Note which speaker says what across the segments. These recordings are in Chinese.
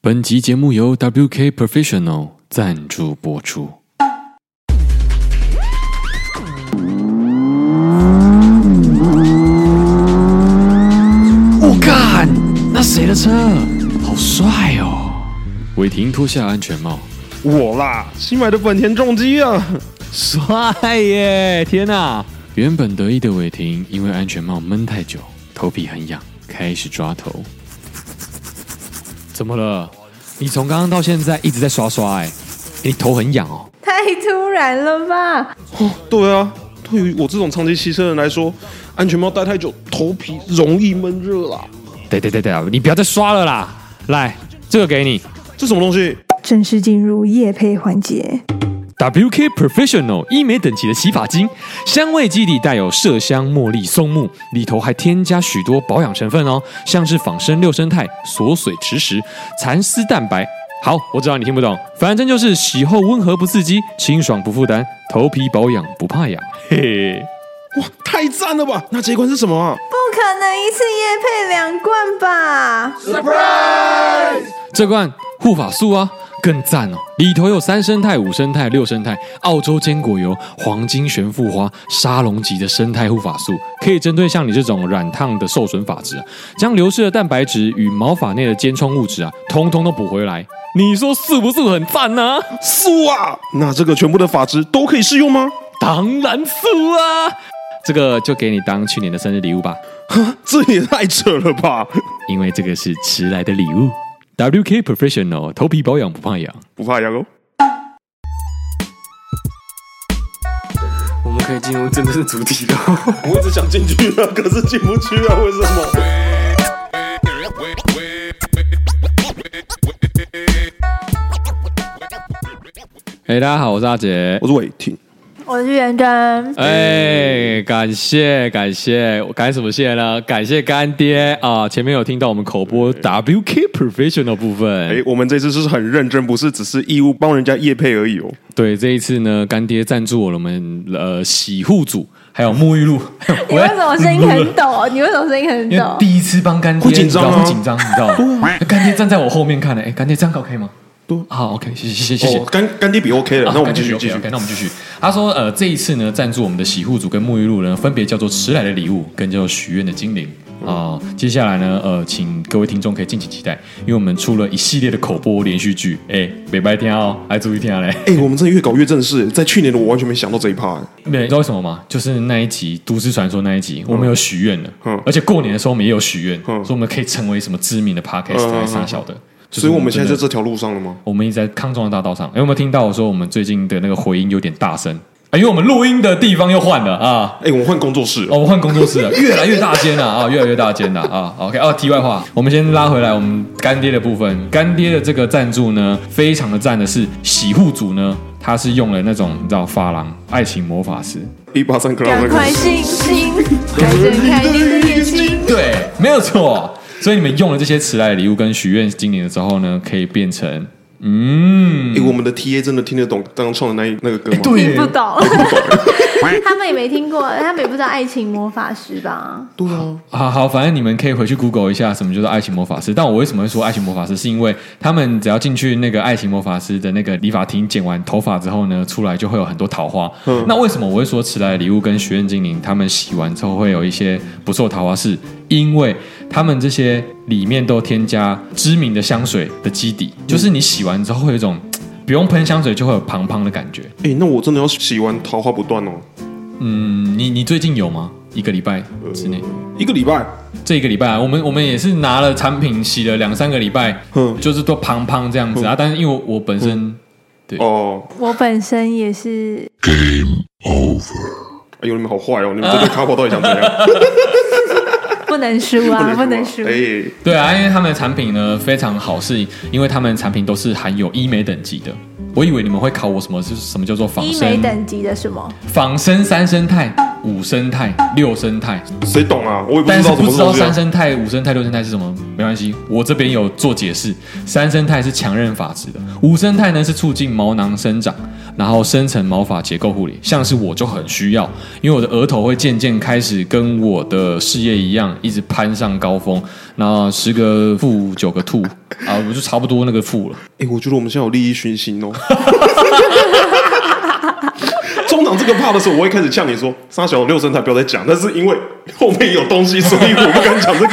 Speaker 1: 本集节目由 WK Professional 赞助播出。我哦干，那谁的车？好帅哦！伟霆脱下安全帽，
Speaker 2: 我啦，新买的本田重机啊，
Speaker 1: 帅耶！天哪！原本得意的伟霆因为安全帽闷太久，头皮很痒，开始抓头。怎么了？你从刚刚到现在一直在刷刷、哎，你头很痒哦。
Speaker 3: 太突然了吧！
Speaker 2: 对啊，对于我这种长期骑车人来说，安全帽戴太久，头皮容易闷热啦。
Speaker 1: 对对对对啊，你不要再刷了啦！来，这个给你。
Speaker 2: 这什么东西？
Speaker 3: 正式进入夜配环节，
Speaker 1: WK Professional 医美等级的洗发精，香味基底带有麝香、茉莉、松木，里头还添加许多保养成分哦，像是仿生六生肽、锁水磁石、蚕丝蛋白。好，我知道你听不懂，反正就是洗后温和不刺激，清爽不负担，头皮保养不怕痒。嘿嘿，
Speaker 2: 哇，太赞了吧！那这一罐是什么啊？
Speaker 3: 不可能一次夜配两罐吧？
Speaker 1: 这罐护发素啊，更赞哦！里头有三生态、五生态、六生态、澳洲坚果油、黄金悬浮花、沙龙级的生态护发素，可以针对像你这种染烫的受损发质、啊，将流失的蛋白质与毛发内的间充物质啊，通通都补回来。你说是不是很赞呢、
Speaker 2: 素啊！那这个全部的发质都可以试用吗？
Speaker 1: 当然是啊！这个就给你当去年的生日礼物吧。
Speaker 2: 啊，这也太扯了吧！
Speaker 1: 因为这个是迟来的礼物。WK Professional 头皮保养不怕痒。
Speaker 2: 不怕痒哦。
Speaker 4: 我们可以进入真正的主题了。
Speaker 2: 我一直想进去啊，可是进不去啊，为什么？
Speaker 1: 哎、大家好，我是阿杰。
Speaker 2: 我是伟霆，
Speaker 3: 我是元真，
Speaker 1: 哎，感谢感谢，我感什么谢呢？感谢干爹啊！前面有听到我们口播 WK Professional 部分，
Speaker 2: 哎，我们这次是很认真，不是只是义务帮人家业配而已哦。
Speaker 1: 对，这一次呢，干爹赞助了我们呃洗护组，还有沐浴露。
Speaker 3: 你为什么声音很抖？你为什么声音很
Speaker 4: 因为
Speaker 3: 抖？
Speaker 4: 第一次帮干爹，
Speaker 2: 会紧张吗
Speaker 4: 你知道会紧张，你知道吗？那干爹站在我后面看了，哎，干爹这样搞可以吗？对，好，OK，谢谢谢谢谢谢。
Speaker 2: 哦，干干爹比 OK 了，
Speaker 4: 啊
Speaker 2: 那我
Speaker 4: 干
Speaker 2: 们继
Speaker 4: 爹
Speaker 2: 续
Speaker 4: OK，
Speaker 2: 继续
Speaker 4: OK，。那我们继续。他说，呃，这一次呢，赞助我们的洗护组跟沐浴露呢，分别叫做迟来的礼物跟叫做许愿的精灵。
Speaker 2: 嗯
Speaker 4: 啊、接下来呢，呃，请各位听众可以敬请期待，因为我们出了一系列的口播连续剧，哎，北白天哦，还注意听啊嘞。
Speaker 2: 哎，我们真的越搞越正式，在去年的我完全没想到这一趴。哎
Speaker 4: 没，你知道为什么吗？就是那一集《都市传说》那一集，我们有许愿了，
Speaker 2: 嗯
Speaker 4: 而且过年的时候我们也有许愿，
Speaker 2: 嗯
Speaker 4: 说我们可以成为什么知名的 podcast
Speaker 2: 嗯
Speaker 4: 还是啥小的。就是
Speaker 2: 所以我们现在在
Speaker 4: 真的
Speaker 2: 这条路上了吗？
Speaker 4: 我们一直在康庄的大道上，哎有没有听到我说我们最近的那个回音有点大声？啊，因为我们录音的地方又换了啊。
Speaker 2: 哎，我们换工作室了
Speaker 4: 哦，我换工作室了，越来越大间了啊，越来越大间了啊。OK，哦，题外话，我们先拉回来我们干爹的部分。干爹的这个赞助呢，非常的赞的是洗护组呢，他是用了那种你知道发廊爱情魔法师，
Speaker 2: 一八三 club
Speaker 3: 赶
Speaker 2: 那
Speaker 3: 快
Speaker 2: 个。
Speaker 3: 醒醒，开睁开你的眼睛。
Speaker 4: 对，没有错。所以你们用了这些迟来的礼物跟许愿精灵的时候呢，可以变成嗯，
Speaker 2: 哎、我们的 T A 真的听得懂刚刚唱的那一那个歌吗？
Speaker 4: 哎
Speaker 3: 听不懂， 他们也没听过，他们也不知道爱情魔法师吧？
Speaker 2: 对啊，
Speaker 4: 好好，反正你们可以回去 Google 一下什么叫做爱情魔法师。但我为什么会说爱情魔法师，是因为他们只要进去那个爱情魔法师的那个理发厅剪完头发之后呢，出来就会有很多桃花。那为什么我会说迟来的礼物跟许愿精灵他们洗完之后会有一些不错的桃花是因为他们这些里面都添加知名的香水的基底，就是你洗完之后会有一种。嘖不用喷香水就会有胖胖的感觉。
Speaker 2: 哎、那我真的要洗完桃花不断哦，
Speaker 4: 嗯，你你最近有吗？一个礼拜之内？
Speaker 2: 一个礼拜。
Speaker 4: 这一个礼拜啊，我们我们也是拿了产品洗了两三个礼拜，
Speaker 2: 嗯
Speaker 4: 就是都胖胖这样子啊。但是因为我本身
Speaker 2: 哦，
Speaker 3: 我本身也是，
Speaker 2: 哎呦，你们好坏哦，你们这对
Speaker 4: 啊
Speaker 2: couple 到底想怎 样？
Speaker 3: 不能输啊，不能
Speaker 2: 输
Speaker 3: 输
Speaker 2: 啊。哎、
Speaker 4: 对啊，因为他们的产品呢非常好，是因为他们的产品都是含有医美等级的。我以为你们会考我什么，就是什么叫做仿
Speaker 3: 医美
Speaker 4: 生
Speaker 3: 等级的什么？
Speaker 4: 仿生三生态，五生态、六生态，
Speaker 2: 谁懂啊？我也不
Speaker 4: 但
Speaker 2: 知
Speaker 4: 是
Speaker 2: 道什
Speaker 4: 不
Speaker 2: 么
Speaker 4: 知
Speaker 2: 是
Speaker 4: 道
Speaker 2: 东西
Speaker 4: 三
Speaker 2: 啊。
Speaker 4: 生态、五生态、六生态是什么，没关系，我这边有做解释。三生态是强韧发质的，五生态呢是促进毛囊生长，然后深层毛发结构护理。像是我就很需要，因为我的额头会渐渐开始跟我的事业一样，一直攀上高峰。然后十个富九个兔啊，我就差不多那个富了。
Speaker 2: 哎、我觉得我们现在有利益熏心哦。 中场这个怕的时候，我会开始呛你说：“沙小六生态不要再讲。”但是因为后面有东西，所以我不敢讲这个。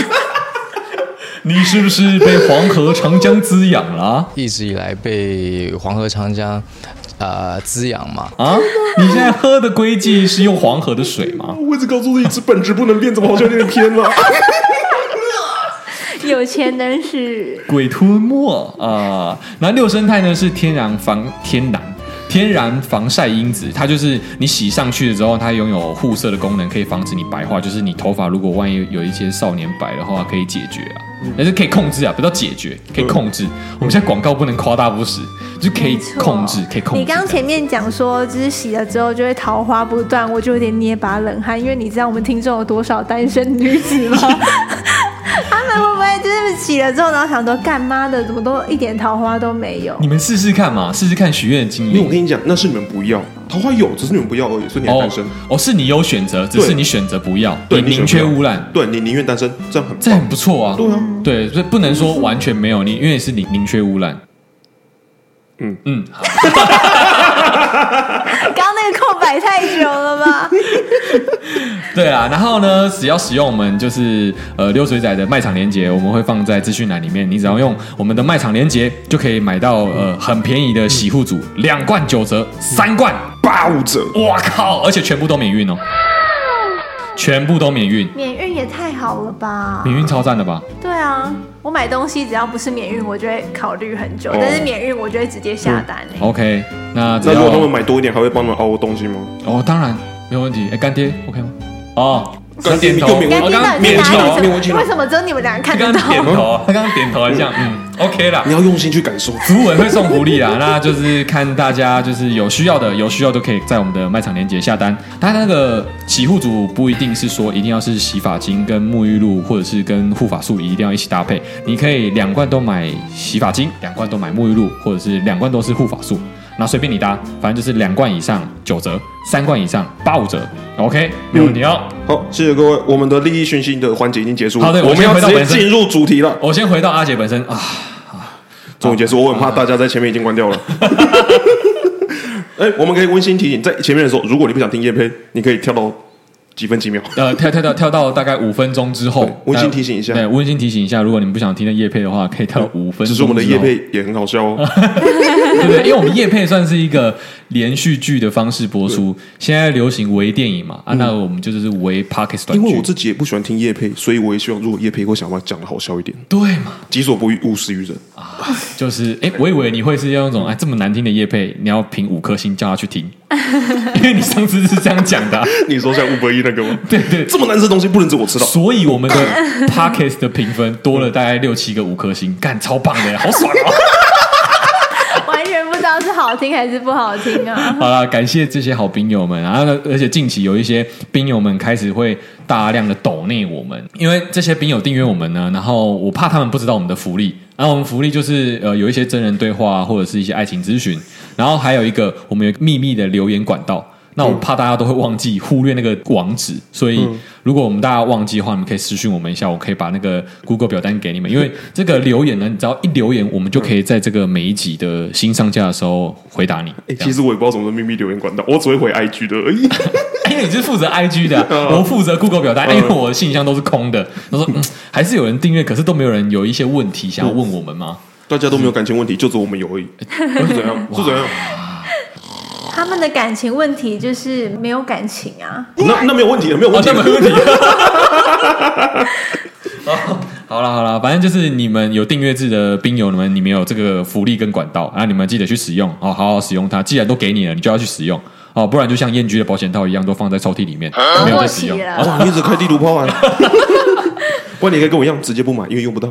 Speaker 4: 你是不是被黄河、长江滋养了啊
Speaker 5: 一直以来被黄河、长江，呃，滋养嘛。
Speaker 4: 啊？啊你现在喝的规矩是用黄河的水吗？
Speaker 2: 我一直告诉自己，这本质不能变，怎么好像有点偏了？
Speaker 3: 有钱能使
Speaker 4: 鬼吞没啊、那六生态呢是天然防天然天然防晒因子，它就是你洗上去了之后，它拥有护色的功能，可以防止你白化。就是你头发如果万一有一些少年白的话，可以解决啊，
Speaker 3: 嗯
Speaker 4: 但是可以控制啊，不叫解决，可以控制。我们现在广告不能夸大不实，就是可以
Speaker 3: 没错
Speaker 4: 控制，可以控制。
Speaker 3: 你刚刚前面讲说，就是洗了之后就会桃花不断，我就有点捏把冷汗，因为你知道我们听众有多少单身女子吗？他们会不会就是洗了之后，然后想说干妈的怎么都一点桃花都没 有？
Speaker 4: 你们试试看嘛，试试看许愿的经
Speaker 2: 因为我
Speaker 4: 验。
Speaker 2: 跟你讲，那是你们不要桃花有，只是你们不要而已，所以你还单身。
Speaker 4: 哦，是你有选择，只是
Speaker 2: 对
Speaker 4: 你选择不要，
Speaker 2: 对
Speaker 4: 你
Speaker 2: 你选
Speaker 4: 宁缺
Speaker 2: 不要
Speaker 4: 毋滥，
Speaker 2: 对你宁愿单身，这样很
Speaker 4: 这很不错啊。
Speaker 2: 对啊。
Speaker 4: 对，所以不能说完全没有你，因为是你宁缺毋滥。
Speaker 2: 嗯
Speaker 4: 嗯，好
Speaker 3: 刚刚那个空白太久了吧？
Speaker 4: 对啊。然后呢，只要使用我们就是呃六水仔的卖场链接，我们会放在资讯栏里面。你只要用我们的卖场链接，就可以买到呃很便宜的洗护组，两罐九折，三罐，
Speaker 2: 八五折，
Speaker 4: 哇靠！而且全部都免运哦，全部都免运，
Speaker 3: 免运也太好了吧？
Speaker 4: 免运超赞的吧？
Speaker 3: 对啊，我买东西只要不是免运，我就会考虑很久，
Speaker 2: 哦
Speaker 3: 但是免运我就会直接下单、欸。
Speaker 4: OK，那只
Speaker 2: 那如
Speaker 4: 要
Speaker 2: 果他们买多一点，还会帮你们凹东西吗？
Speaker 4: 哦，当然没有问题。哎，干爹 OK 吗？哦，
Speaker 2: 干爹
Speaker 4: 点头，
Speaker 2: 你给我
Speaker 4: 哦刚
Speaker 2: 免运
Speaker 3: 干爹到
Speaker 4: 刚
Speaker 3: 底在
Speaker 4: 免
Speaker 3: 哪
Speaker 4: 头
Speaker 3: 里？
Speaker 2: 免
Speaker 3: 为
Speaker 2: 我
Speaker 3: 什
Speaker 2: 进
Speaker 3: 么
Speaker 2: 来
Speaker 3: 为什么只有你们俩
Speaker 4: 他
Speaker 3: 看
Speaker 4: 刚
Speaker 3: 得
Speaker 4: 刚
Speaker 3: 到？
Speaker 4: 点头，他刚刚点头一下，嗯，OK 啦
Speaker 2: 你。要用心去感受。
Speaker 4: 组委会送福利啦，那就是看大家就是有需要的，有需要都可以在我们的卖场链接下单。它那个洗护组不一定是说一定要是洗发精跟沐浴露，或者是跟护发素一定要一起搭配，你可以两罐都买洗发精，两罐都买沐浴露，或者是两罐都是护发素，那随便你搭，反正就是两罐以上九折，三罐以上八五折，OK，没问题哦。
Speaker 2: 好，谢谢各位，我们的利益熏心的环节已经结束了，
Speaker 4: 好对我
Speaker 2: 我们
Speaker 4: 先
Speaker 2: 要
Speaker 4: 回
Speaker 2: 直
Speaker 4: 到
Speaker 2: 接
Speaker 4: 本身
Speaker 2: 进入主题了。
Speaker 4: 我先回到阿姐本身啊，
Speaker 2: 终于结束，我很怕大家在前面已经关掉 了。哎、我们可以温馨提醒，在前面的时候，如果你不想听叶配，你可以跳到几分几秒。
Speaker 4: 呃，跳跳跳跳到大概五分钟之后，
Speaker 2: 对温馨提醒一下
Speaker 4: 对，温馨提醒一下，如果你们不想听的叶配的话，可以跳到五分钟之后。
Speaker 2: 只是我们的叶配也很好笑哦。
Speaker 4: 对不对？因为我们夜配算是一个连续剧的方式播出，现在流行微电影嘛，啊，那我们就是微 pockets 短
Speaker 2: 嗯因
Speaker 4: 剧，
Speaker 2: 为我自己也不喜欢听叶配，所以我也希望如果叶配，我想把它讲的好笑一点。啊
Speaker 4: 对嘛，
Speaker 2: 己所不欲，勿施于人。
Speaker 4: 就是哎，我以为你会是用那种哎这么难听的夜配，你要评五颗星叫他去听，因为你上次是这样讲的啊、
Speaker 2: 你说像五百一那 个吗？
Speaker 4: 对对。
Speaker 2: 这么难吃的东西不能只有我吃到。
Speaker 4: 所以我们的 pockets 的评分多了大概六七个五颗星，干超棒的，好爽哦！
Speaker 3: 完全不知道是好听还是不好听啊！
Speaker 4: 好了，感谢这些好兵友们，然后呢，而且近期有一些兵友们开始会大量的抖内我们，因为这些兵友订阅我们呢，然后我怕他们不知道我们的福利，然后我们福利就是呃有一些真人对话或者是一些爱情咨询，然后还有一个我们有一个秘密的留言管道。那我怕大家都会忘记忽略那个网址，所以如果我们大家忘记的话，你们可以私讯我们一下，我可以把那个 Google 表单给你们。因为这个留言呢，你只要一留言，我们就可以在这个每一集的新上架的时候回答你。
Speaker 2: 哎、
Speaker 4: 这样
Speaker 2: 其实我也不知道什么是秘密留言管道，我只会回 IG 的哎而已。
Speaker 4: 因为你是负责 IG 的啊、我负责 Google 表单，因为我的信箱都是空的。他说，嗯，还是有人订阅，可是都没有人有一些问题想要问我们吗？
Speaker 2: 大家都没有感情问题，就只有我们有而已。是怎样？是怎样？
Speaker 3: 他们的感情问题就是没有感情啊。
Speaker 2: 那那没有问题了，没有问
Speaker 4: 哦，
Speaker 2: 题
Speaker 4: 那
Speaker 2: 了。
Speaker 4: 没问题。 哦好了好了，反正就是你们有订阅制的兵友们，你们有这个福利跟管道，啊然后你们记得去使用哦，好好使用它。既然都给你了，你就要去使用哦，不然就像燕居的保险套一样，都放在抽屉里面，
Speaker 3: 啊
Speaker 4: 没有在使用
Speaker 3: 过期。了
Speaker 4: 哦
Speaker 2: 啊 哇，你一直开地图炮啊！不然你可以跟我一样，直接不买，因为用不到。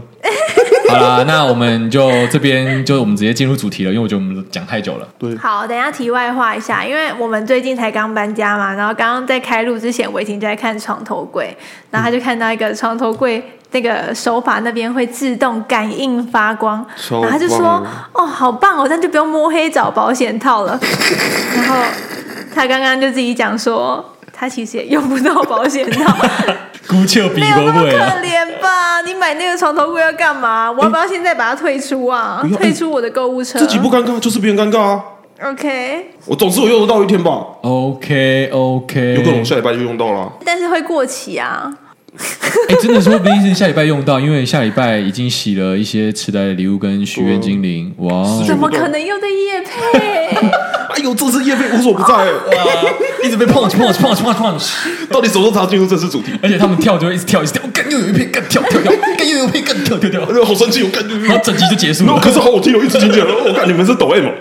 Speaker 4: 好啦，那我们就这边就我们直接进入主题了，因为我觉得我们讲太久了。
Speaker 2: 对，
Speaker 3: 好，等一下题外话一下，因为我们最近才刚搬家嘛，然后刚刚在开录之前，我已经在看床头柜，然后他就看到一个床头柜那个手把那边会自动感应发光，
Speaker 2: 超
Speaker 3: 然后他就
Speaker 2: 棒
Speaker 3: 说：“哦，好棒哦，那就不用摸黑找保险套了。” 然后他刚刚就自己讲说，他其实也用不到保险套，
Speaker 4: 姑且比
Speaker 3: 没有那
Speaker 4: 不
Speaker 3: 么
Speaker 4: 会
Speaker 3: 可
Speaker 4: 啊，
Speaker 3: 怜吧？你买那个床头柜要干嘛？我要不要现在把它退出啊？
Speaker 2: 不要
Speaker 3: 退出我的购物车？
Speaker 2: 哎自己不尴尬，就是别人尴尬啊！
Speaker 3: OK。
Speaker 2: 我总是有用得到一天吧，
Speaker 4: OK OK，
Speaker 2: 有可能我下礼拜就用到了啊。
Speaker 3: 但是会过期啊。
Speaker 4: 哎、真的说不定是下礼拜用到，因为下礼拜已经洗了一些磁带的礼物跟许愿精灵。哇哦，
Speaker 3: 怎么可能又在 夜配？
Speaker 2: 哎呦，这次叶飞无所不在、
Speaker 4: 一直被 punch punch punch punch punch，
Speaker 2: 哎到底什么时候才进入正式主题？
Speaker 4: 而且他们跳就会一直跳，一直跳，干又有一片，干跳跳跳，干又有一片，干跳跳跳，
Speaker 2: 哎呦， 好生气，我感觉。
Speaker 4: 然后整集就结束
Speaker 2: 那
Speaker 4: 了。
Speaker 2: 可是好好听，我一直听起来，我感觉你们是抖 M 哦。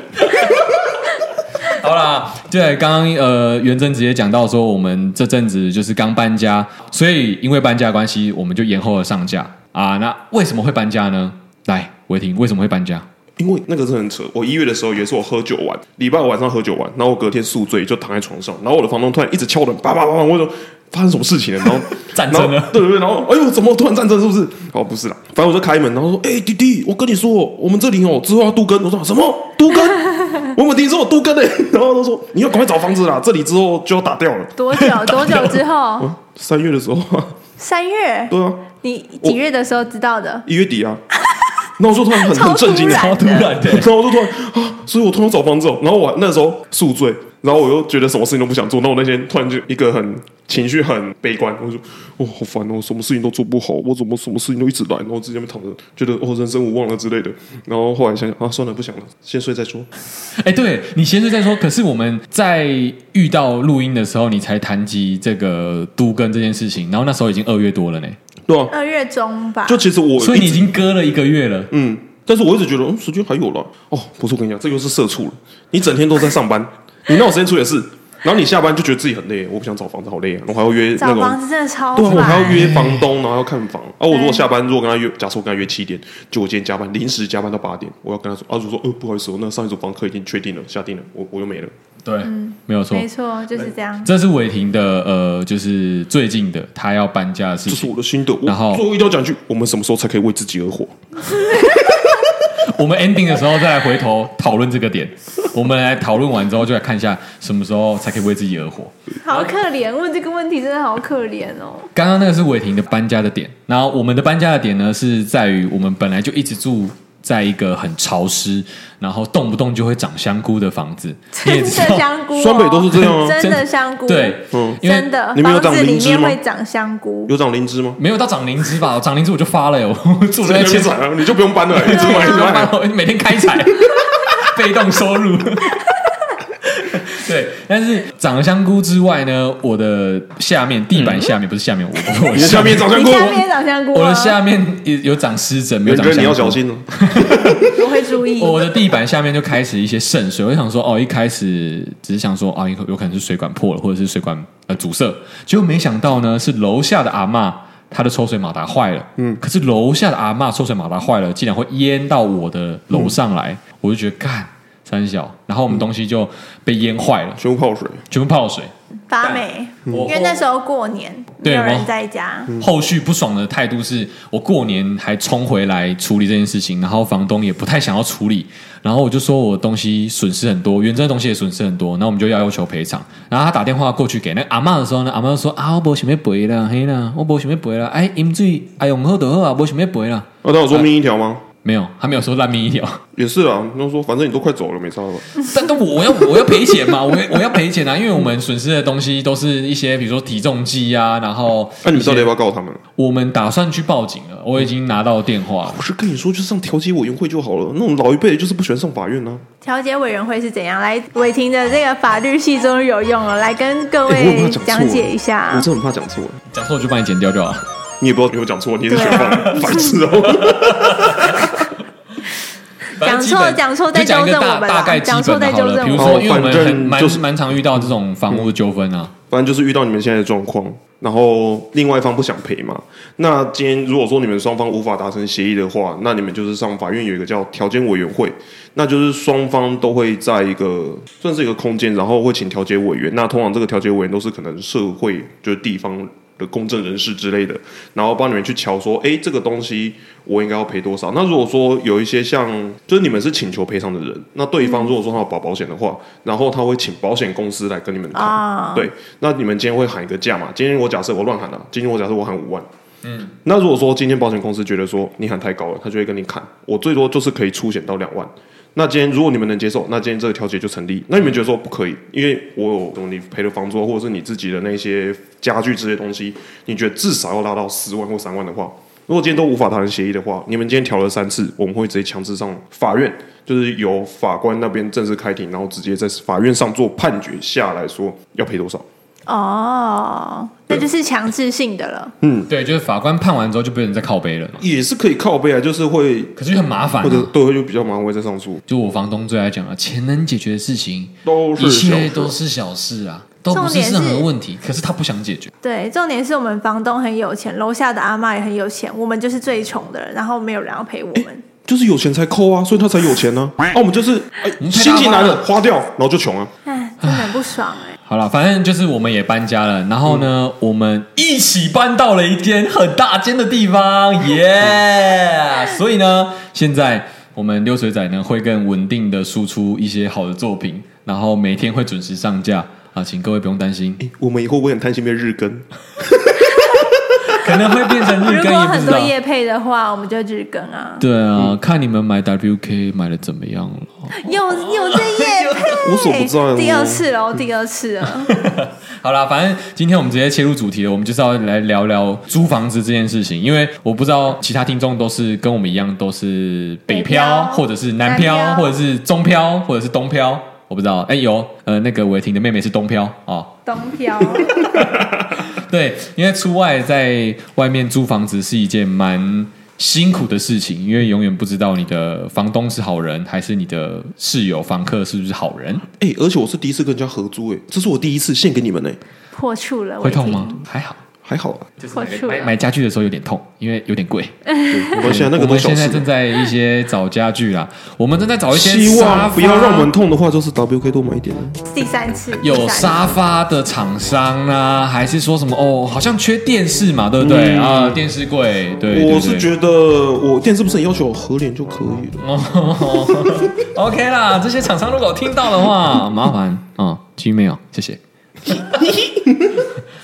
Speaker 4: 好啦，对，刚刚呃，元真直接讲到说，我们这阵子就是刚搬家，所以因为搬家的关系，我们就延后了上架啊。那为什么会搬家呢？来，伟霆，为什么会搬家？
Speaker 2: 因为那个真的很扯。我一月的时候也是我喝酒完，礼拜五晚上喝酒完，然后我隔天宿醉就躺在床上，然后我的房东突然一直敲我的门，叭叭叭叭，我说发生什么事情了？然后
Speaker 4: 战争了啊
Speaker 2: 然后对对对，然后哎呦，怎么突然战争？是不是？哦，不是啦，反正我就开门，然后说，哎、弟弟，我跟你说，我们这里哦之后要都更。我说什么都更？我们听说有都更嘞、 然后他说你要赶快找房子啦，这里之后就要打掉了。
Speaker 3: 多久？多久之后？
Speaker 2: 啊，三月的时候啊，
Speaker 3: 三月？
Speaker 2: 对啊，
Speaker 3: 你几月的时候知道的？
Speaker 2: 一月底啊。那我 就突然很很震惊，啊
Speaker 3: 超突然
Speaker 4: 的
Speaker 2: 然后我就突然啊，所以我突然找房子、哦，然后我那时候宿醉，然后我又觉得什么事情都不想做，那我那天突然就一个很情绪很悲观，我就哇好烦哦，什么事情都做不好，我怎么什么事情都一直来，然后自己在那边躺着，觉得哦人生无望了之类的，然后后来想想啊算了不想了，先睡再说，
Speaker 4: 哎，对你先是在说，可是我们在遇到录音的时候，你才谈及这个都跟这件事情，然后那时候已经二月多了呢，
Speaker 2: 对啊，
Speaker 3: 二月中吧。
Speaker 2: 就其实我
Speaker 4: 所以你
Speaker 2: 一
Speaker 4: 已
Speaker 2: 直
Speaker 4: 经割了一个月了。
Speaker 2: 嗯，但是我一直觉得嗯时间还有了哦，不是我跟你讲，这又是社畜了，你整天都在上班，你那种时间出也是。然后你下班就觉得自己很累，我不想找房子，好累啊！我还要约那
Speaker 3: 找
Speaker 2: 种
Speaker 3: 房子真的超
Speaker 2: 对啊，我还要
Speaker 3: 烦。
Speaker 2: 约房东，然后要看房。啊，我如果下班，如果跟他约，假设我跟他约七点，就我今天加班，临时加班到八点，我要跟他说，啊，如果说，呃，不好意思，我那上一组房客已经确定了，下定了，我我又没了。
Speaker 4: 对，没有错
Speaker 3: 没。错，就是这样。
Speaker 4: 这是伟霆的呃，就是最近的他要搬家的事
Speaker 2: 这是
Speaker 4: 情。
Speaker 2: 我的心得。我
Speaker 4: 然后
Speaker 2: 嗯最后一定要讲一句，我们什么时候才可以为自己而活？
Speaker 4: 我们 ending 的时候再来回头讨论这个点。我们来讨论完之后，就来看一下什么时候才可以为自己而活。
Speaker 3: 好可怜，问这个问题真的好可怜哦。
Speaker 4: 刚刚那个是伟霆的搬家的点，然后我们的搬家的点呢是在于我们本来就一直住在一个很潮湿，然后动不动就会长香菇的房子。你
Speaker 3: 真
Speaker 4: 也
Speaker 3: 的
Speaker 4: 知道，
Speaker 3: 香菇哦，
Speaker 2: 酸北都是这样啊
Speaker 3: 真的香菇，
Speaker 4: 对，
Speaker 2: 嗯，
Speaker 4: 因为
Speaker 3: 真的
Speaker 2: 你们有长
Speaker 3: 房子
Speaker 2: 灵
Speaker 3: 里
Speaker 2: 芝
Speaker 3: 面
Speaker 2: 吗
Speaker 3: 会长香菇。
Speaker 2: 有长灵芝吗？
Speaker 4: 没有到长灵芝吧？长灵芝我就发了耶，我住
Speaker 2: 这
Speaker 4: 在
Speaker 2: 边
Speaker 4: 前
Speaker 2: 不长啊，你就不用搬了，一直买一直买。
Speaker 4: 我每天开 采，被动收入。对，但是长香菇之外呢，我的下面地板下面、不是下面，我我
Speaker 2: 你的下面长香
Speaker 3: 你
Speaker 2: 菇，
Speaker 3: 下面也长香菇哦 吗？
Speaker 4: 我的下面也有长湿疹，没有
Speaker 2: 元
Speaker 4: 长
Speaker 2: 哥
Speaker 4: 香菇
Speaker 2: 你要小。心哦。
Speaker 3: 我会注意。
Speaker 4: 哦我的地板下面就开始一些渗水，我就想说，哦，一开始只是想说，啊，有可有可能是水管破了，或者是水管呃阻塞，结果没想到呢，是楼下的阿嬷她的抽水马达坏了，嗯，可是楼下的阿嬷抽水马达坏了，竟然会淹到我的楼上来，我就觉得干三小，然后我们东西就被淹坏了，
Speaker 2: 全部泡水，
Speaker 4: 全部泡水，
Speaker 3: 发霉，
Speaker 4: 我
Speaker 3: 因为那时候过年，没
Speaker 4: 对
Speaker 3: 有人
Speaker 4: 我
Speaker 3: 在家。
Speaker 4: 后续不爽的态度是我过年还冲回来处理这件事情，然后房东也不太想要处理，然后我就说我东西损失很多，原真的东西也损失很多，那我们就要要求赔偿。然后他打电话过去给那个阿嬷的时候呢，阿嬷就说啊，我没想要赔啦，嘿啦，我没想要赔啦，哎，饮水哎用好就好啊，没想要赔啦。
Speaker 2: 啊，但我说命一条吗？
Speaker 4: 没有，他没有说烂命一条，
Speaker 2: 也是啊，那说反正你都快走了，没差了吧。
Speaker 4: 但但我我要我要赔钱嘛，我要我要赔钱啊，因为我们损失的东西都是一些比如说体重计啊，然后
Speaker 2: 那你们到底
Speaker 4: 一些
Speaker 2: 要不要告他们？
Speaker 4: 我们打算去报警了，我已经拿到电话了。
Speaker 2: 不是跟你说，就上调解委员会就好了。那种老一辈的就是不喜欢上法院啊呢。
Speaker 3: 调解委员会是怎样？来，伟霆的这个法律系终于有用了，来跟各
Speaker 2: 哎我很怕
Speaker 3: 位
Speaker 2: 讲错
Speaker 3: 讲解一下。
Speaker 2: 我真的很怕讲错。
Speaker 4: 讲错我就帮你剪掉就好。
Speaker 2: 你也不知道有没有讲错，你也是学霸， 白痴哦。
Speaker 4: 反正基本
Speaker 3: 讲错讲错再
Speaker 4: 就讲一个
Speaker 3: 纠正
Speaker 4: 大
Speaker 3: 我们啦
Speaker 4: 大概基
Speaker 3: 讲错
Speaker 4: 本的好
Speaker 3: 再纠
Speaker 4: 了。
Speaker 3: 正
Speaker 4: 比如
Speaker 3: 我
Speaker 2: 们
Speaker 4: 说，因为我们很
Speaker 2: 哦哦反正就是嗯
Speaker 4: 蛮蛮常遇到这种房屋纠纷啊，
Speaker 2: 反正就是遇到你们现在的状况，然后另外一方不想赔嘛。那今天如果说你们双方无法达成协议的话，那你们就是上法院有一个叫条件委员会，那就是双方都会在一个算是一个空间，然后会请调解委员。那通常这个调解委员都是可能社会就是地方的公证人士之类的，然后帮你们去瞧说，哎，这个东西我应该要赔多少？那如果说有一些像，就是你们是请求赔偿的人，那对方如果说他有保保险的话，然后他会请保险公司来跟你们谈。
Speaker 3: 啊
Speaker 2: 对，那你们今天会喊一个价嘛？今天我假设我乱喊了、今天我假设我喊五万。嗯，那如果说今天保险公司觉得说你喊太高了，他就会跟你砍，我最多就是可以出险到两万。那今天如果你们能接受，那今天这个调解就成立。那你们觉得说不可以，因为我有什么你赔的房租啊或者是你自己的那些家具之类的东西，你觉得至少要拉到四万或三万的话，如果今天都无法达成协议的话，你们今天调了三次，我们会直接强制上法院，就是由法官那边正式开庭，然后直接在法院上做判决下来说要赔多少。
Speaker 3: 哦，那就是强制性的了。
Speaker 4: 对，就是法官判完之后就不能再靠背了嘛，
Speaker 2: 也是可以靠背啊，就是会嗯
Speaker 4: 可是就很麻烦、
Speaker 2: 或者
Speaker 4: 啊。
Speaker 2: 对会就比较忙，会再上诉，
Speaker 4: 就我房东最爱讲了，钱能解决的事情，
Speaker 2: 都
Speaker 4: 一
Speaker 2: 是
Speaker 4: 切
Speaker 2: 小事啊
Speaker 4: 都是小事啊，都不是
Speaker 3: 重点是
Speaker 4: 任何问题。可是他不想解决，
Speaker 3: 对，重点是我们房东很有钱，楼下的阿嬷也很有钱，我们就是最穷的人，然后没有人要陪我们。
Speaker 2: 就是有钱才抠啊，所以他才有钱 呢、啊。我们就是哎
Speaker 4: 你太大
Speaker 2: 心情来
Speaker 4: 方
Speaker 2: 了花掉，然后就穷啊。
Speaker 3: 哎，真的很不爽哎、
Speaker 4: 好了，反正就是我们也搬家了，然后呢，我们一起搬到了一间很大间的地 方，耶、所以呢，现在我们溜水仔呢会更稳定的输出一些好的作品，然后每天会准时上架啊，请各位不用担心，
Speaker 2: 诶我们以后会不会很贪心变日 更？
Speaker 4: 可能会变成日
Speaker 3: 如
Speaker 4: 更，
Speaker 3: 果
Speaker 4: 啊也不
Speaker 3: 很
Speaker 4: 知
Speaker 3: 多
Speaker 4: 道。
Speaker 3: 夜配的话，我们就日更啊。
Speaker 4: 对啊，看你们买 WK 买的怎么样了。
Speaker 3: 有 有这夜配，
Speaker 2: 无所不在哦
Speaker 3: 第二次了哦，第二次了。
Speaker 4: 好啦，反正今天我们直接切入主题了，我们就是要来聊聊租房子这件事情，因为我不知道其他听众都是跟我们一样，都是北漂，
Speaker 3: 北漂
Speaker 4: 或者是南
Speaker 3: 南
Speaker 4: 漂，
Speaker 3: 漂
Speaker 4: 或者是中漂，或者是东漂，我不知道。哎、有，呃，那个伟霆的妹妹是东漂啊、哦
Speaker 3: 东漂，
Speaker 4: 对，因为出外在外面租房子是一件蛮辛苦的事情，因为永远不知道你的房东是好人，还是你的室友、房客是不是好人，
Speaker 2: 哎、而且我是第一次跟人家合租、诶，这是我第一次献给你们呢、
Speaker 3: 破处了，
Speaker 4: 会痛
Speaker 3: 伟霆
Speaker 4: 吗？？还好。
Speaker 2: 还好啊啦，
Speaker 4: 就是
Speaker 3: 破处
Speaker 4: 买
Speaker 3: 了
Speaker 4: 买家具的时候有点痛，因为有点贵。
Speaker 2: 对我们现啊在那
Speaker 4: 我
Speaker 2: 个都
Speaker 4: 们
Speaker 2: 小
Speaker 4: 现在
Speaker 2: 事
Speaker 4: 正。在一些找家具啦，我们正在找一些
Speaker 2: 希
Speaker 4: 沙
Speaker 2: 望
Speaker 4: 发
Speaker 2: 不要让我们痛的话，就是 WK 多买一点啊。
Speaker 3: 第三次
Speaker 4: 有
Speaker 3: 杀
Speaker 4: 沙发的厂商啊，还是说什么哦，好像缺电视嘛，对不对
Speaker 2: 嗯
Speaker 4: 啊？电视柜，对，
Speaker 2: 我是
Speaker 4: 得
Speaker 2: 觉得我电视不是很要求合脸就可以了。
Speaker 4: OK 啦，这些厂商如果有听到的话，麻烦啊，g m a i l 谢 谢。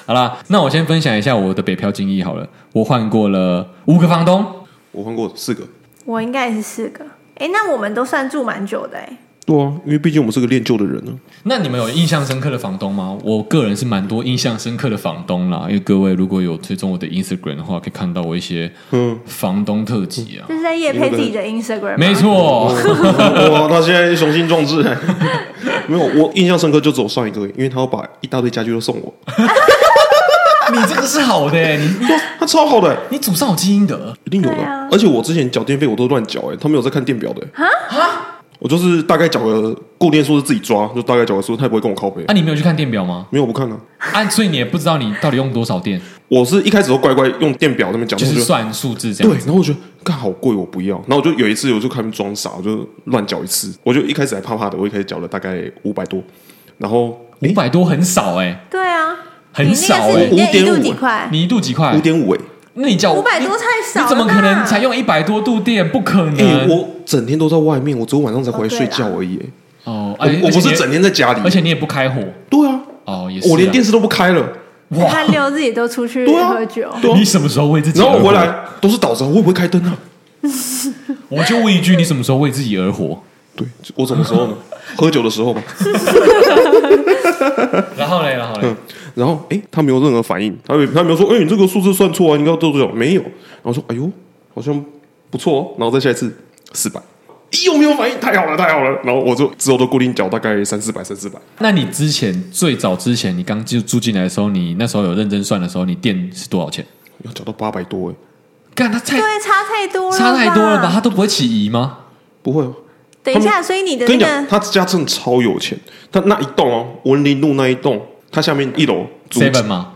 Speaker 4: 好啦，那我先分享一下我的北漂经历好了。我换过了五个房东，
Speaker 2: 我换过四个，
Speaker 3: 我应该也是四个。哎，那我们都算住蛮久的哎。
Speaker 2: 对啊，因为毕竟我们是个恋旧的人呢、啊
Speaker 4: 那你们有印象深刻的房东吗？我个人是蛮多印象深刻的房东啦，因为各位如果有追踪我的 Instagram 的话，可以看到我一些
Speaker 2: 嗯
Speaker 4: 房东特辑啊。
Speaker 3: 就是在夜配自己的 Instagram，吗啊
Speaker 4: 没。错，
Speaker 2: 哇，他现在雄心壮志。 没有，我印象深刻就只有上一个，因为他要把一大堆家具都送我，
Speaker 4: 你这个是好的、欸 你
Speaker 2: 他超好的，
Speaker 4: 你祖上有基因的，
Speaker 2: 一定有的。
Speaker 3: 对啊
Speaker 2: 而且我之前缴电费我都乱缴，哎，他没有在看电表的。啊我就是大概缴个固定数是自己抓，就大概缴个数，他也不会跟我靠背。
Speaker 4: 啊，你没有去看电表吗？
Speaker 2: 没有，我不看啊。
Speaker 4: 啊，所以你也不知道你到底用多少电，
Speaker 2: 我是一开始都乖乖用电表那边讲，
Speaker 4: 就
Speaker 2: 我
Speaker 4: 是
Speaker 2: 觉得
Speaker 4: 算数字这
Speaker 2: 对
Speaker 4: 样。，
Speaker 2: 然后我觉得干好贵，我不要。然后我就有一次，我就看他们装傻，我就乱缴一次。我就一开始还怕怕的，我一开始缴了大概五百多，然后
Speaker 4: 五百多很少哎、
Speaker 3: 对啊，
Speaker 4: 很
Speaker 3: 你那个
Speaker 4: 少
Speaker 3: 是
Speaker 4: 欸
Speaker 3: 你那一度
Speaker 2: 5.5
Speaker 3: 几块？
Speaker 4: 你一度几块
Speaker 2: 五？点五哎，
Speaker 4: 那你叫我
Speaker 3: 500多太少
Speaker 4: 你
Speaker 3: 了吧
Speaker 4: 怎么可能才用一百多度电？不可能。
Speaker 2: 哎、我整天都在外面，我只有晚上才回来
Speaker 3: 哦对
Speaker 2: 睡
Speaker 3: 啦
Speaker 2: 觉而已、
Speaker 4: 哦，
Speaker 2: 哎
Speaker 4: 哎
Speaker 2: 我我不是，
Speaker 4: 而且
Speaker 2: 整
Speaker 4: 你也
Speaker 2: 天在家里，
Speaker 4: 而且你也不开火
Speaker 2: 对啊，
Speaker 4: 哦，也是啊。
Speaker 2: 我连电视都不开了，
Speaker 4: 哇
Speaker 3: 他溜自己都出去
Speaker 2: 对啊
Speaker 3: 喝酒，
Speaker 2: 对啊
Speaker 4: 你。什么时候为自己？
Speaker 2: 然后我回，来都是倒着，我也不会开灯啊。
Speaker 4: 我就问一句：你什么时候为自己而活？
Speaker 2: 对，我什么时候呢？ 喝酒的时候嘛。
Speaker 4: 然后嘞，然后嘞
Speaker 2: 嗯，，然后哎、他没有任何反应，他没他没有说，哎、你这个数字算错啊，你应该多少？没有。然后说，哎呦，好像不错哦。然后再下一次四百，咦又没有反应，太好了，太好了。然后我就之后都固定缴大概三四百，三四百。
Speaker 4: 那你之前最早之前，你刚就住进来的时候，你那时候有认真算的时候，你电是多少钱？
Speaker 2: 要缴到八百多哎、
Speaker 4: 干，他太
Speaker 3: 对，差太多了，
Speaker 4: 差太多了吧？他？都不会起疑吗？
Speaker 2: 不会啊。
Speaker 3: 等一
Speaker 2: 他
Speaker 3: 下，
Speaker 2: 们
Speaker 3: 所以你的
Speaker 2: 跟
Speaker 3: 那
Speaker 2: 你讲，
Speaker 3: 个
Speaker 2: 他家真的超有钱，他那一栋哦，文林路那一栋，它下面一楼租
Speaker 4: Seven 嘛，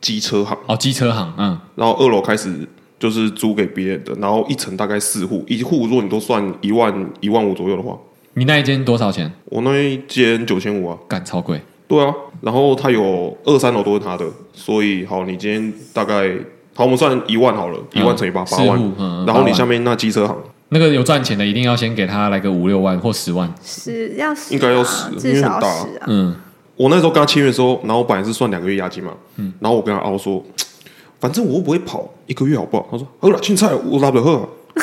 Speaker 2: 机车行，
Speaker 4: 哦，机车行，嗯，
Speaker 2: 然后二楼开始就是租给别人的，然后一层大概四户，一户如果你都算一万一万五左右的话，
Speaker 4: 你那一间多少钱？
Speaker 2: 我那一间九千五啊，
Speaker 4: 干超贵，
Speaker 2: 对啊，然后他有二三楼都是他的，所以好，你今天大概好，我们算一万好了，一
Speaker 4: 嗯
Speaker 2: 万乘以八，
Speaker 4: 四
Speaker 2: 八万
Speaker 4: 户嗯嗯，
Speaker 2: 然
Speaker 4: 八
Speaker 2: 后你
Speaker 4: 万
Speaker 2: 下面那机车行
Speaker 4: 那个有赚钱的一定要先给他来个五六万或十万，
Speaker 3: 十要十啊，
Speaker 2: 应该要十因
Speaker 3: 至
Speaker 2: 为很
Speaker 3: 少
Speaker 2: 大啊
Speaker 3: 十啊。
Speaker 4: 嗯，
Speaker 2: 我那时候跟他签约的时候，然后我本来是算两个月押金嘛，
Speaker 4: 嗯
Speaker 2: 然后我跟他凹说，反正我又不会跑，一个月好不好？他说，好了，青菜我拉不了喝 啊，欸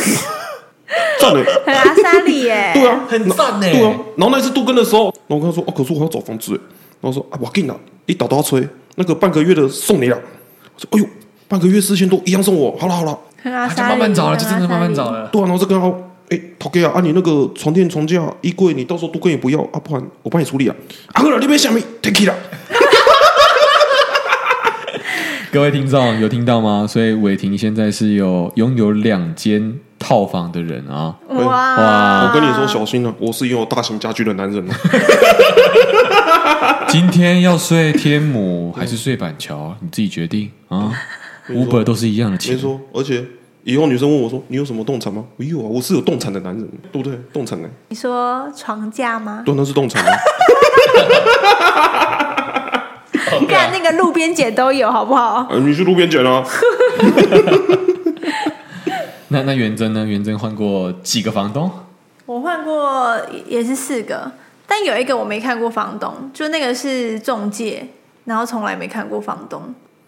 Speaker 2: 赚了，
Speaker 3: 很阿莎里耶，
Speaker 2: 对啊，
Speaker 4: 很赞呢
Speaker 2: 对啊。然后那次杜根的时候，然后我跟他说，哦，可是我要找房子欸，然后说啊，我给你了，你打到吹，那个半个月的送你了。我说，哎呦，半个月四千多，一样送我，好了好了，
Speaker 3: 很阿
Speaker 4: 他就
Speaker 3: 莎里，
Speaker 4: 慢慢找了，
Speaker 3: 很
Speaker 4: 就
Speaker 3: 阿
Speaker 4: 真的慢慢
Speaker 3: 莎莉
Speaker 4: 找。了。
Speaker 2: 对啊，然后再跟他说，哎，陶哥啊，啊你那个床垫、床架、啊衣柜，你到时候杜根也不要啊，不然我帮你处理啊。啊，好了，你别想没 take it 啦。
Speaker 4: 各位听众有听到吗？所以伟霆现在是有拥有两间套房的人啊，
Speaker 3: 哇
Speaker 4: 哇
Speaker 2: 我跟你说，小心了、我是拥有大型家居的男 人、啊。
Speaker 4: 今天要睡天母还是睡板桥，你自己决定啊。Uber 都是一样的
Speaker 2: 没
Speaker 4: 钱，
Speaker 2: 错，而且以后女生问我说，你有什么动产吗？没有啊，我是有动产的男人，对不对？动产呢、
Speaker 3: 你说床架吗？
Speaker 2: 对，那是动产、啊。
Speaker 3: 你看那个路边姐都有，好不好？
Speaker 2: 啊，你去路边捡啊。
Speaker 4: 那那元真呢？元真换过几个房东？
Speaker 3: 我换过也是四个，但有一个我没看过房东，就那个是中介，然后从来没看过房东，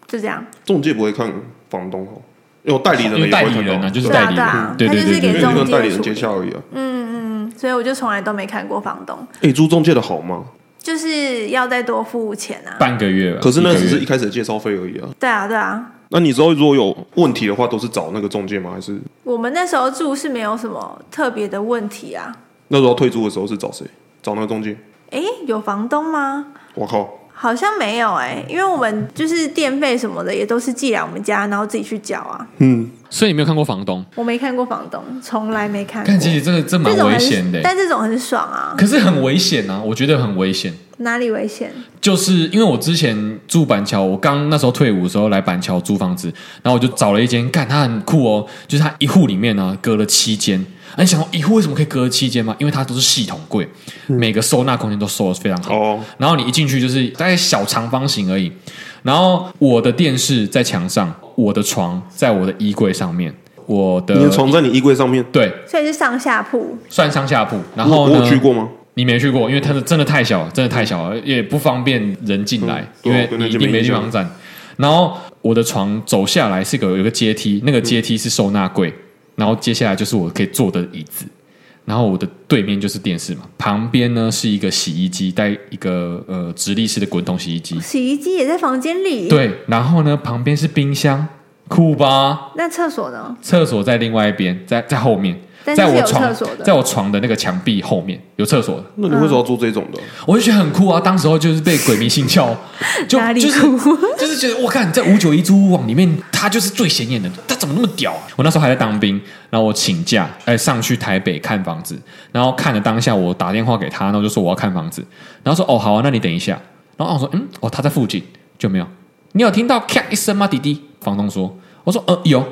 Speaker 3: 就这样。
Speaker 2: 中介不会看房东哦，因为我代理人
Speaker 4: 因
Speaker 2: 也
Speaker 4: 为
Speaker 2: 不
Speaker 4: 代
Speaker 2: 会
Speaker 4: 理
Speaker 2: 看
Speaker 4: 人
Speaker 2: 到
Speaker 4: 啊，就是
Speaker 3: 对啊
Speaker 4: 代理
Speaker 3: 对啊
Speaker 4: 人，对对
Speaker 3: 他就是
Speaker 4: 对
Speaker 3: 给
Speaker 4: 对
Speaker 2: 因为你
Speaker 3: 中
Speaker 4: 对。
Speaker 2: 跟代理人接洽而已啊。
Speaker 3: 嗯，所以我就从来都没看过房东，
Speaker 2: 哎，租中介的好吗？
Speaker 3: 就是要再多付钱啊。
Speaker 4: 半个月吧，
Speaker 2: 可是那
Speaker 4: 一个
Speaker 2: 只
Speaker 4: 月
Speaker 2: 是一开始的介绍费而已啊。
Speaker 3: 对啊，对啊，
Speaker 2: 那你之后如果有问题的话，都是找那个中介吗？还是
Speaker 3: 我们那时候住是没有什么特别的问题啊。
Speaker 2: 那时候退租的时候是找谁？找那个中介？
Speaker 3: 诶，有房东吗？
Speaker 2: 我靠，
Speaker 3: 好像没有诶，因为我们就是电费什么的也都是寄来我们家，然后自己去缴啊。
Speaker 2: 嗯，
Speaker 1: 所以你没有看过房东，
Speaker 3: 我没看过房东，从来没看过。
Speaker 4: 但其实这个这蛮
Speaker 3: 这种
Speaker 4: 危
Speaker 3: 很
Speaker 4: 险的欸，
Speaker 3: 但这种很爽啊！
Speaker 4: 可是很危险啊，我觉得很危险。
Speaker 3: 哪里危险？
Speaker 4: 就是因为我之前住板桥，我刚那时候退伍的时候来板桥租房子，然后我就找了一间，干它很酷哦，就是它一户里面呢、隔了七间。啊你想一户为什么可以隔七间吗？因为它都是系统柜，
Speaker 2: 嗯
Speaker 4: 每个收纳空间都收的非常好。
Speaker 2: 哦，
Speaker 4: 然后你一进去就是大概小长方形而已。然后我的电视在墙上，我的床在我的衣柜上面，我的
Speaker 2: 你的床在你衣柜上面，
Speaker 4: 对
Speaker 3: 所以是上下铺，
Speaker 4: 算上下铺。然
Speaker 2: 我
Speaker 4: 后
Speaker 2: 我
Speaker 4: 呢
Speaker 2: 有去过吗？
Speaker 4: 你没去过，因为它是真的太小了，真的太小了，也不方便人进来，
Speaker 2: 嗯对啊
Speaker 4: 因为你一定没地方站。然后我的床走下来是个有一个阶梯，那个阶梯是收纳柜，然后接下来就是我可以坐的椅子，然后我的对面就是电视嘛，旁边呢是一个洗衣机，带一个呃直立式的滚筒洗衣机，
Speaker 3: 洗衣机也在房间里。，
Speaker 4: 对，然后呢旁边是冰箱，酷吧？
Speaker 3: 那厕所呢？
Speaker 4: 厕所在另外一边，在在后面，
Speaker 3: 但是
Speaker 4: 在我
Speaker 3: 有
Speaker 4: 床
Speaker 3: 厕所的
Speaker 4: 在我床的那个墙壁后面有厕所的。
Speaker 2: 那你为什么要做这种的？
Speaker 4: 我就觉得很酷啊！当时候就是被鬼迷心窍，就
Speaker 3: 哪里
Speaker 4: 就是
Speaker 3: 酷
Speaker 4: 就是觉得我看在五九一租屋网里面，他就是最显眼的，他怎么那么屌啊？我那时候还在当兵，然后我请假，哎、上去台北看房子，然后看了当下，我打电话给他，然后就说我要看房子，然后说哦好啊，那你等一下，然后我说嗯哦他在附近就没有，你有听到咔一声吗，弟弟？房东说，我说呃有，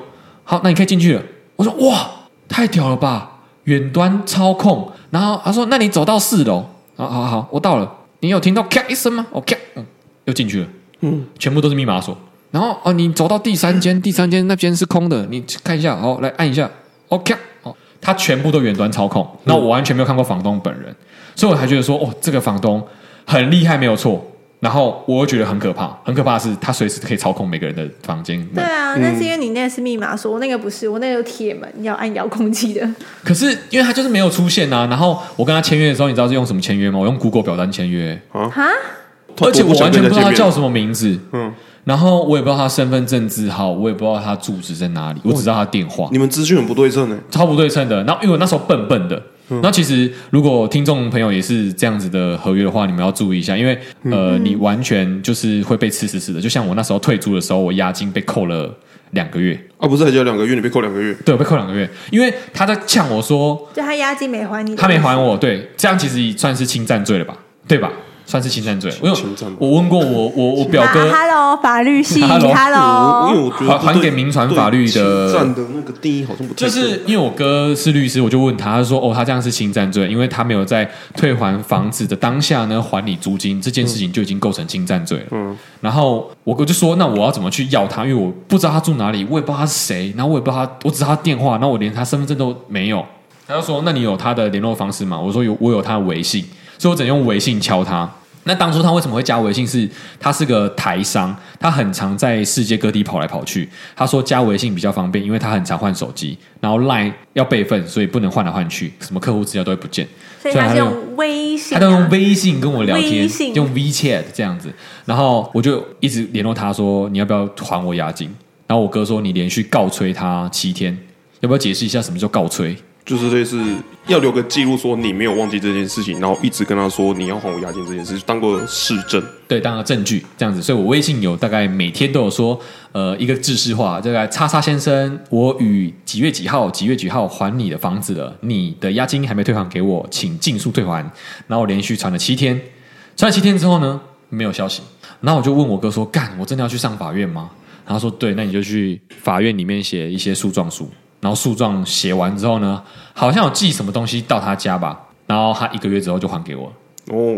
Speaker 4: 好，那你可以进去了。我说哇，太屌了吧！远端操控，然后他说：“那你走到四楼，好好好，我到了。你有听到咔一声吗？哦咔，嗯，又进去了，嗯，全部都是密码锁。然后哦，你走到第三 间，第三间那边是空的，你去看一下，哦，来按一下，嗯哦咔，哦，他全部都远端操控。那我完全没有看过房东本人，所以我才觉得说，哦，这个房东很厉害，没有错。然后我又觉得很可怕，很可怕的是他随时可以操控每个人的房间门
Speaker 3: 对。啊，那
Speaker 4: 嗯
Speaker 3: 是因为你那个是密码锁，我那个不是，我那个有铁门，要按遥控器的。
Speaker 4: 可是因为他就是没有出现啊，然后我跟他签约的时候，你知道是用什么签约吗？我用 Google 表单签约，
Speaker 3: 哈，
Speaker 4: 而且我完全不知道他叫
Speaker 2: 么。
Speaker 4: 什么名字，
Speaker 2: 嗯，
Speaker 4: 然后我也不知道他身份证字号，我也不知道他住址在哪里，我只知道他电话，
Speaker 2: 你们资讯很不对称呢。
Speaker 4: 超不对称的。然后因为我那时候笨笨的。
Speaker 2: 嗯
Speaker 4: 然后其实，如果听众朋友也是这样子的合约的话，你们要注意一下，因为
Speaker 2: 嗯
Speaker 4: 呃，你完全就是会被吃死死的。就像我那时候退租的时候，我押金被扣了两个月，
Speaker 2: 啊，不是还有两个月，你被扣两个月，
Speaker 4: 对，我被扣两个月，因为他在呛我说
Speaker 3: 就他押金没还你，
Speaker 4: 他没还。我，对，这样其实算是侵占罪了吧，对吧？算是侵占罪。因为
Speaker 2: 侵占吗
Speaker 4: 我问过我我我表哥，
Speaker 3: 哈喽，啊法律系
Speaker 4: Hello 哎
Speaker 2: 我因为
Speaker 3: ，Hello，
Speaker 2: 我觉得
Speaker 4: 还还给民传法律的
Speaker 2: 站的那个定义好像不太
Speaker 4: 就是
Speaker 2: 对
Speaker 4: 因为我哥是律师，我就问他，他说：“哦，他这样是侵占罪，因为他没有在退还房子的当下呢还你租金，这件事情就已经构成侵占罪了。”嗯，然后我哥就说：“那我要怎么去要他？因为我不知道他住哪里，我也不知道他是谁，然后我也不知道他，我只知道他电话，然后我连他身份证都没有。”他就说：“那你有他的联络方式吗？”我说：“有，我有他的微信，所以我只能用微信敲他。”那当初他为什么会加微信是？他是个台商，他很常在世界各地跑来跑去。他说加微信比较方便，因为他很常换手机，然后 Line 要备份，所以不能换来换去，什么客户资料都会不见。
Speaker 3: 所以他
Speaker 4: 他
Speaker 3: 是
Speaker 4: 就
Speaker 3: 用微
Speaker 4: 他
Speaker 3: 信啊，
Speaker 4: 都用微信跟我聊
Speaker 3: 微
Speaker 4: 天
Speaker 3: 信，
Speaker 4: 用 WeChat 这样子，然后我就一直联络他说你要不要还我押金？然后我哥说你连续告吹他七天，要不要解释一下什么叫告吹？
Speaker 2: 就是类似要留个记录，说你没有忘记这件事情，然后一直跟他说你要还我押金这件事，当过市政。
Speaker 4: 对，当个证据这样子，所以我微信有大概每天都有说，呃，一个制式化，大概叉叉先生，我与几月几号几月几号还你的房子了，你的押金还没退还给我，请尽速退还。然后我连续传了七天，传了七天之后呢，没有消息，然后我就问我哥说，干，我真的要去上法院吗？然后他说对，那你就去法院里面写一些诉状书，然后诉状写完之后呢，好像有寄什么东西到他家吧，然后他一个月之后就还给我了。
Speaker 2: 哦，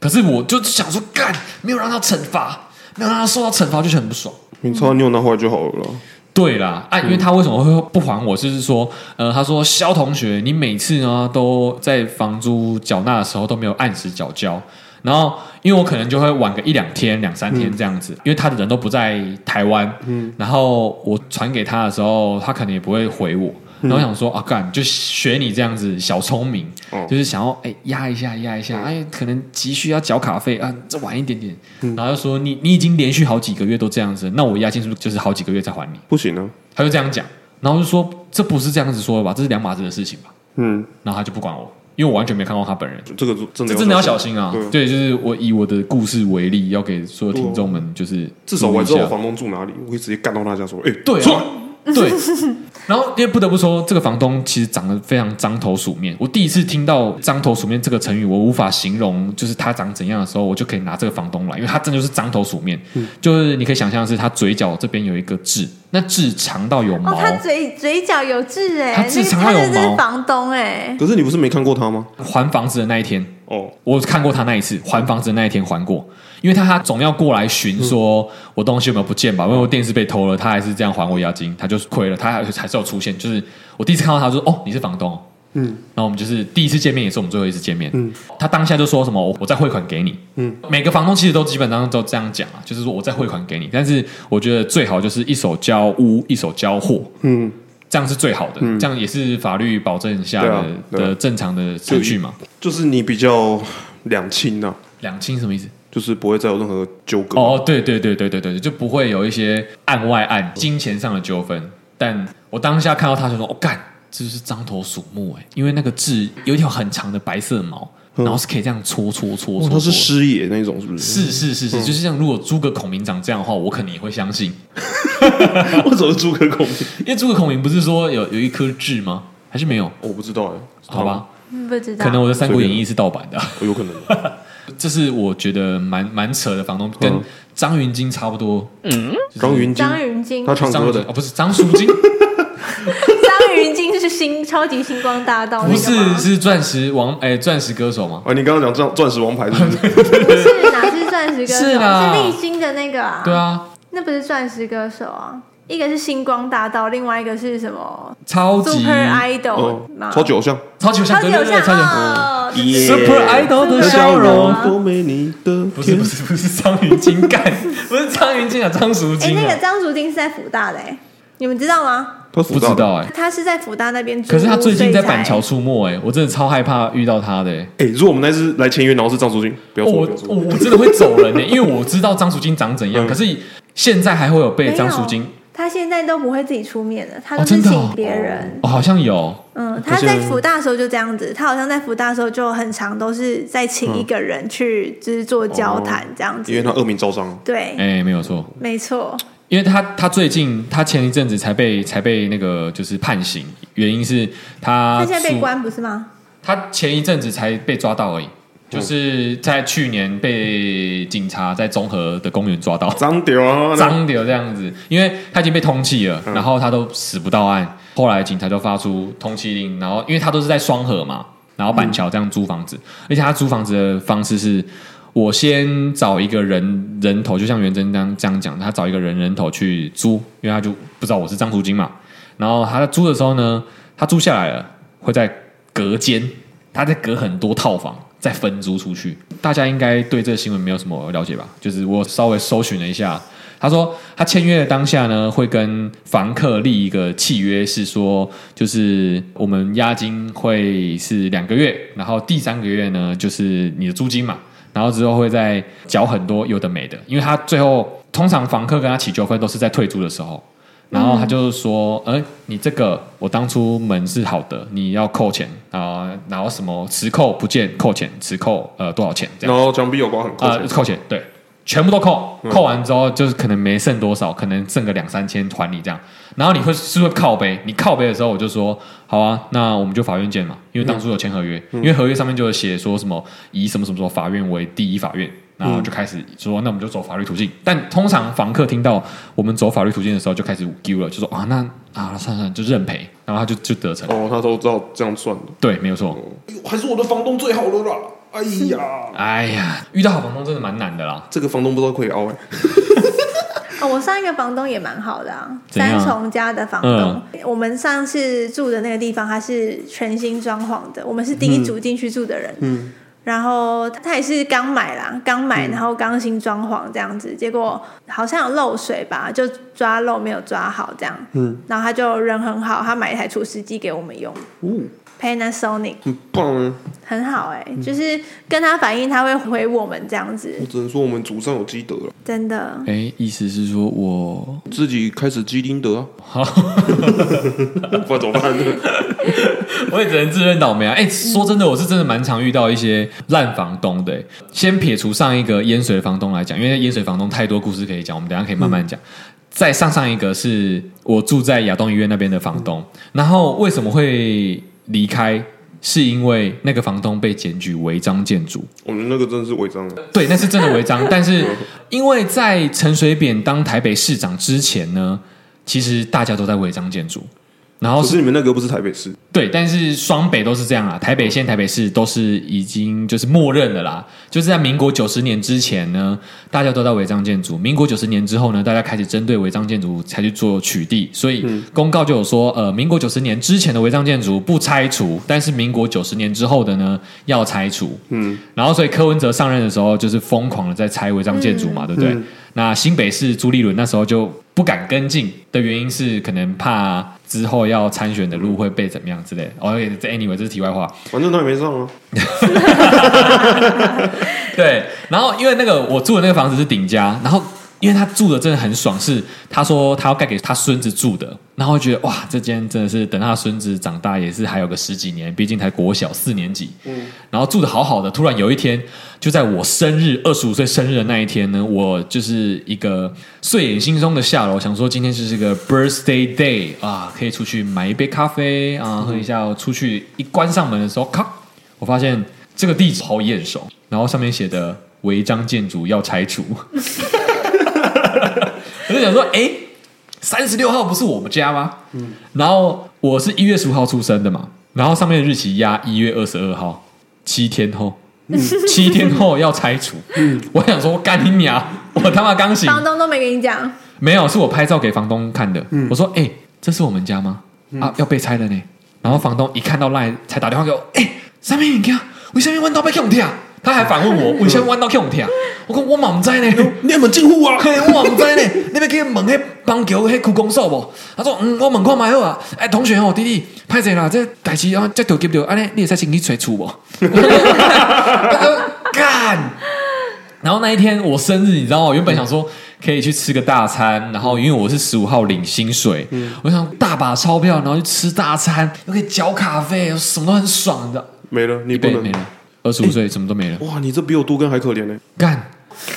Speaker 4: 可是我就想说，干，没有让他惩罚，没有让他受到惩罚，就是很不爽。
Speaker 2: 你知道你有拿回来就好了啦。
Speaker 4: 对啦，啊，因为他为什么会不还我？就是说，呃，他说肖同学，你每次呢都在房租缴纳的时候都没有按时缴交，然后因为我可能就会晚个一两天、两三天这样子，因为他的人都不在台湾，然后我传给他的时候，他可能也不会回我。然后我想说啊，干就学你这样子小聪明，就是想要哎压一下压一下，哎可能急需要缴卡费啊，这晚一点点。然后就说你你已经连续好几个月都这样子，那我押金是不是就是好几个月再还你？
Speaker 2: 不行啊，
Speaker 4: 他就这样讲，然后就说这不是这样子说的吧，这是两码子的事情吧。
Speaker 2: 嗯，
Speaker 4: 然后他就不管我，因为我完全没看过他本人，
Speaker 2: 这个真的
Speaker 4: 这真的要小心啊
Speaker 2: 对。
Speaker 4: 对，就是我以我的故事为例，要给所有听众们就是
Speaker 2: 至少我还知
Speaker 4: 注意
Speaker 2: 道
Speaker 4: 一
Speaker 2: 我
Speaker 4: 下
Speaker 2: 房东住哪里，我可以直接干到他家说，哎、
Speaker 4: 对、
Speaker 2: 出来
Speaker 4: 啊，对。然后，因为不得不说，这个房东其实长得非常獐头鼠面。我第一次听到“獐头鼠面”这个成语，我无法形容，就是他长怎样的时候，我就可以拿这个房东来，因为他真的就是獐头鼠面。就是你可以想象的是，他嘴角这边有一个痣，那痣长到有毛。
Speaker 3: 哦，他嘴嘴角有痣哎，
Speaker 4: 他
Speaker 3: 那
Speaker 4: 痣
Speaker 3: 个
Speaker 4: 长到
Speaker 3: 他
Speaker 4: 有
Speaker 3: 真的是
Speaker 4: 毛
Speaker 3: 房东哎，
Speaker 2: 可是你不是没看过他吗？
Speaker 4: 还房子的那一天，
Speaker 2: 哦，
Speaker 4: 我看过他那一次还房子的那一天还过，因为他他总要过来巡说，我东西有没有不见吧？
Speaker 2: 嗯
Speaker 4: 因为我电视被偷了，他还是这样还我押金，他就是亏了，他还还是有出现。就是我第一次看到他说：“哦，你是房东哦。”
Speaker 2: 嗯，
Speaker 4: 然后我们就是第一次见面，也是我们最后一次见面。嗯，他当下就说什么：“我我再汇款给你。”嗯，每个房东其实都基本上都这样讲啊，就是说我再汇款给你。但是我觉得最好就是一手交屋，一手交货，
Speaker 2: 嗯，
Speaker 4: 这样是最好的，这样也是法律保证下
Speaker 2: 对
Speaker 4: 的、
Speaker 2: 啊对啊
Speaker 4: 的正常的程序嘛。
Speaker 2: 就是你比较两清呐、啊，
Speaker 4: 两清什么意思？
Speaker 2: 就是不会再有任何纠葛。
Speaker 4: 哦，对对对对对对，就不会有一些案外
Speaker 2: 嗯
Speaker 4: 案、金钱上的纠纷。但我当下看到他就说：“我、哦、干，这就是獐头鼠目哎，因为那个痣有一条很长的白色毛，然后是可以这样搓搓搓
Speaker 2: 嗯哦
Speaker 4: 搓。
Speaker 2: 他
Speaker 4: 搓
Speaker 2: 是嗯师爷那种，是不是？
Speaker 4: 是 是是是，就是像如果诸葛孔明长这样的话，我可能也会相信，
Speaker 2: 为什么是诸葛孔明？
Speaker 4: 因为诸葛孔明不是说有有一颗痣吗？还是没有？
Speaker 2: 我不知道哎、
Speaker 4: 好吧，
Speaker 3: 嗯不知道，
Speaker 4: 可能我的《三国演义》是盗版的。
Speaker 2: 哦，有可能。
Speaker 4: 这是我觉得蛮蛮扯的，
Speaker 2: 嗯
Speaker 4: 房东跟张云京差不多。
Speaker 2: 张云京，
Speaker 3: 张云京，
Speaker 2: 他唱
Speaker 4: 张
Speaker 2: 歌
Speaker 4: 云京
Speaker 2: 的
Speaker 4: 哦，不是张淑京。
Speaker 3: 张云京是星超级星光大道
Speaker 4: 不
Speaker 3: 那个吗
Speaker 4: 是是钻石王哎，钻石歌手吗？
Speaker 2: 啊，你刚刚讲钻钻石王牌是不是？
Speaker 3: 不是哪是钻石歌手？啊
Speaker 4: 是啦
Speaker 3: 是丽晶的那个啊。
Speaker 4: 对，啊，
Speaker 3: 那不是钻石歌手啊，一个是星光大道，另外一个是什么
Speaker 4: 超级
Speaker 3: ？Super Idol
Speaker 2: 哦
Speaker 3: 嘛，，
Speaker 2: 超级偶像。
Speaker 4: 超级偶像，
Speaker 3: 超级
Speaker 4: 对
Speaker 3: 偶
Speaker 4: 对
Speaker 3: 像
Speaker 4: 对，超级偶像
Speaker 3: 哦，
Speaker 2: 耶
Speaker 4: Super Idol 的笑容，
Speaker 2: 多没你的
Speaker 4: 不是
Speaker 2: 甜
Speaker 4: 不是不是张云京干， 不是张云京啊，张淑
Speaker 3: 哎，
Speaker 4: 京
Speaker 3: 那
Speaker 4: 啊
Speaker 3: 个，张竹京是在福大的哎，你们知道吗？
Speaker 2: 他
Speaker 4: 不知道哎，
Speaker 3: 他是在福大那边住，
Speaker 4: 可是他最近在板桥
Speaker 3: 所
Speaker 4: 出没哎，我真的超害怕遇到他的哎，
Speaker 2: 哎、如果我们那次来签约，然后是张淑君，不要
Speaker 4: 哦
Speaker 2: 说，
Speaker 4: 我
Speaker 2: 不要说
Speaker 4: 我我嗯真的会走人哎，因为我知道张淑京长怎样，可是现在还会有
Speaker 3: 以才
Speaker 4: 被张淑
Speaker 3: 没
Speaker 4: 京
Speaker 3: 有他现在都不会自己出面了，他都
Speaker 4: 哦
Speaker 3: 是
Speaker 4: 真的
Speaker 3: 请
Speaker 4: 哦
Speaker 3: 别人。
Speaker 4: 哦，好像有
Speaker 3: 嗯，他在福大的时候就这样子，他好像在福大的时候就很常都是在请一个人去，就是做交谈这样子。
Speaker 2: 哦因为他恶名昭彰。啊
Speaker 3: 对，
Speaker 4: 哎，没有错。
Speaker 3: 没错，
Speaker 4: 因为他他最近他前一阵子才被才被那个就是判刑，原因是他
Speaker 3: 他现在被
Speaker 4: 诉
Speaker 3: 关不是吗？
Speaker 4: 他前一阵子才被抓到而已，就是在去年被警察在综合的公园抓到，
Speaker 2: 脏屌啊，
Speaker 4: 脏的这样子，因为他已经被通缉了，然后他都死不到案，后来警察就发出通缉令，然后因为他都是在双河嘛，然后板桥这样租房子，而且他租房子的方式是。我先找一个人人头，就像元真这样这样讲，他找一个人人头去租，因为他就不知道我是张竹金嘛。然后他租的时候呢，他租下来了，会在隔间，他在隔很多套房再分租出去。大家应该对这个新闻没有什么了解吧？就是我稍微搜寻了一下，他说他签约的当下呢，会跟房客立一个契约，是说就是我们押金会是两个月，然后第三个月呢就是你的租金嘛，然后之后会再缴很多有的没的，因为他最后通常房客跟他起纠纷都是在退租的时候。然后他就说：“呃，你这个我当初门是好的，你要扣钱啊、然后什么迟扣不见扣钱，迟扣呃多少钱这样
Speaker 2: 然后墙壁有刮很扣
Speaker 4: 啊，
Speaker 2: 钱，嗯
Speaker 4: 扣钱，对，全部都扣，扣完之后就是可能没剩多少，可能剩个两三千还你这样。然后你会是会靠背，你靠背的时候我就说好啊，那我们就法院见嘛，因为当初有签合约，
Speaker 2: 嗯
Speaker 4: 因为合约上面就有写说什么以什么什么什么法院为第一法院，然后就开始说那我们就走法律途径。但通常房客听到我们走法律途径的时候就开始丢了，就说啊那啊算了算了就认赔，然后他就就得逞。
Speaker 2: 哦，他都知道这样算的，
Speaker 4: 对，没有错。
Speaker 2: 哎呦还是我的房东最好的啦。哎呀，
Speaker 4: 哎呀，遇到好房东真的蛮难的啦。
Speaker 2: 这个房东不知道可以凹哎，
Speaker 3: 哦，我上一个房东也蛮好的啊，
Speaker 4: 怎样嗯
Speaker 3: 三重家的房东。我们上次住的那个地方，它是全新装潢的，我们是第一组进去住的人。
Speaker 2: 嗯
Speaker 3: 然后他也是刚买啦，刚买，然后刚新装潢这样子，结果好像有漏水吧，就抓漏没有抓好这样。
Speaker 2: 嗯，
Speaker 3: 然后他就人很好，他买一台除湿机给我们用
Speaker 2: 哦，
Speaker 3: ，Panasonic
Speaker 2: 很棒啊！
Speaker 3: 很好哎、
Speaker 2: 嗯
Speaker 3: 就是跟他反映，他会回我们这样子
Speaker 2: 我，只能说我们祖上有积德了，
Speaker 3: 真的。
Speaker 4: 哎，意思是说我
Speaker 2: 自己开始积阴德啊， 不然怎么办呢？
Speaker 4: 我也只能自认倒霉啊！哎、说真的，我是真的蛮常遇到一些烂房东的、哎先撇除上一个淹水房东来讲，因为淹水房东太多故事可以讲，我们等一下可以慢慢讲。再上上一个是我住在亚东医院那边的房东，然后为什么会离开？是因为那个房东被检举违章建筑，
Speaker 2: 我们那个真的是违章啊，
Speaker 4: 对，那是真的违 章。但是因为在陈水扁当台北市长之前呢，其实大家都在违章建筑，然后
Speaker 2: 可
Speaker 4: 是
Speaker 2: 是你们那个又不是台北市，
Speaker 4: 对，但是双北都是这样啦，台北县、台北市都是已经就是默认的啦。就是在民国九十年之前呢，大家都在违章建筑；民国九十年之后呢，大家开始针对违章建筑才去做取缔。所以公告就有说，呃，民国九十年之前的违章建筑不拆除，但是民国九十年之后的呢要拆除。嗯，然后所以柯文哲上任的时候就是疯狂的在拆违章建筑嘛，对不对？那新北市朱立伦那时候就不敢跟进的原因是，可能怕之后要参选的路会被怎么样之类的。哦，这 anyway 这是题外话。
Speaker 2: 反正他也没上啊。
Speaker 4: 对，然后因为那个我住的那个房子是顶家，然后因为他住的真的很爽，是他说他要盖给他孙子住的，然后觉得哇，这间真的是等他孙子长大也是还有个十几年，毕竟才国小四年级，嗯，然后住的好好的，突然有一天，就在我生日二十五岁生日的那一天呢，我就是一个睡眼惺忪的下楼，想说今天就是个 birthday day 啊，可以出去买一杯咖啡啊，喝一下，出去一关上门的时候，咔。我发现这个地址好眼熟，然后上面写的违章建筑要拆除， 我就想说，哎、三十六号不是我们家吗？嗯，然后我是一月十五号出生的嘛，然后上面的日期压一月二十二号，七天后。七天后要拆除，我想说，我干你娘！我他妈刚醒，
Speaker 3: 房东都没跟你讲，
Speaker 4: 没有，是我拍照给房东看的。我说：“哎、这是我们家吗？啊，要被拆了呢。”然后房东一看到赖，才打电话给我：“哎、三明你看，为什么弯刀被砍掉？”啊他还反问我：“为什么弯刀砍掉？”我讲：“我嘛唔知呢，
Speaker 2: 你有没有进户啊？
Speaker 4: 嘿，我嘛唔知呢。你要去问迄邦桥迄区公所无？”他说：“嗯，我问看卖好啊。哎，同学哦，弟弟，拍势啦，这代志啊，这着急着，安尼你会使先去找厝无？” 我说干。然后那一天我生日，你知道吗？我原本想说可以去吃个大餐，然后因为我是十五号领薪水，
Speaker 2: 嗯
Speaker 4: 我想大把钞票，然后去吃大餐，又可以缴卡费，什么都很爽的。
Speaker 2: 没了，你不
Speaker 4: 对，
Speaker 2: 能
Speaker 4: 没。了，二十五岁什么都没了。
Speaker 2: 哇，你这比我多跟还可怜 呢、
Speaker 4: 干，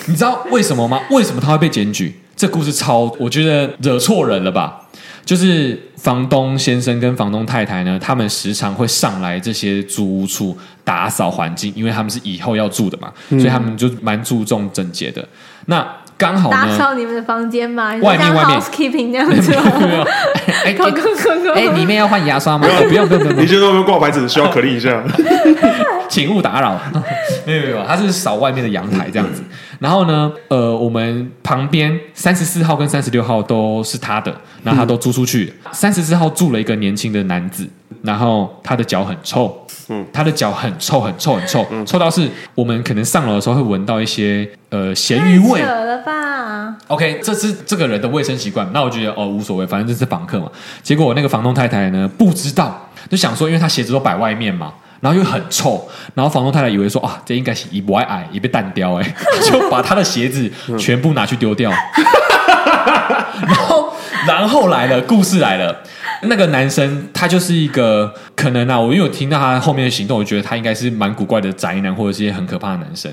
Speaker 4: 你知道为什么吗？为什么他会被检举？这故事超，我觉得惹错人了吧？就是房东先生跟房东太太呢，他们时常会上来这些租屋处打扫环境，因为他们是以后要住的嘛，所以他们就蛮注重整洁的。那刚好
Speaker 3: 打
Speaker 4: 呢，
Speaker 3: 扫你们的房间嘛，你
Speaker 4: 外面
Speaker 3: 像
Speaker 4: 外面
Speaker 3: housekeeping 那样 子
Speaker 4: 没 有
Speaker 3: 吗？，
Speaker 4: 哎
Speaker 3: 扣扣扣扣
Speaker 4: 哎，里面要换牙刷吗？哦不用不用不用，
Speaker 2: 你先在外面挂牌子，需要可立一 下。
Speaker 4: 请勿打扰。 没有没有没有，他是扫外面的阳台这样子。然后呢，呃，我们旁边三十四号跟三十六号都是他的，然后他都租出去。三十四号住了一个年轻的男子，然后他的脚很臭。嗯，他的脚很臭，很臭，很臭，臭到是我们可能上楼的时候会闻到一些呃咸鱼味
Speaker 3: 太，扯了吧？
Speaker 4: OK，这是这个人的卫生习惯，那我觉得哦无所谓，反正这是房客嘛。结果我那个房东太太呢不知道，就想说，因为她鞋子都摆外面嘛，然后又很臭，然后房东太太以为说啊，这应该是一不爱矮，也被淡掉哎， 就把她的鞋子全部拿去丢掉。 然后，然后来了，故事来了。那个男生他就是一个可能啊，我因为我听到他后面的行动，我觉得他应该是蛮古怪的宅男或者是一些很可怕的男生。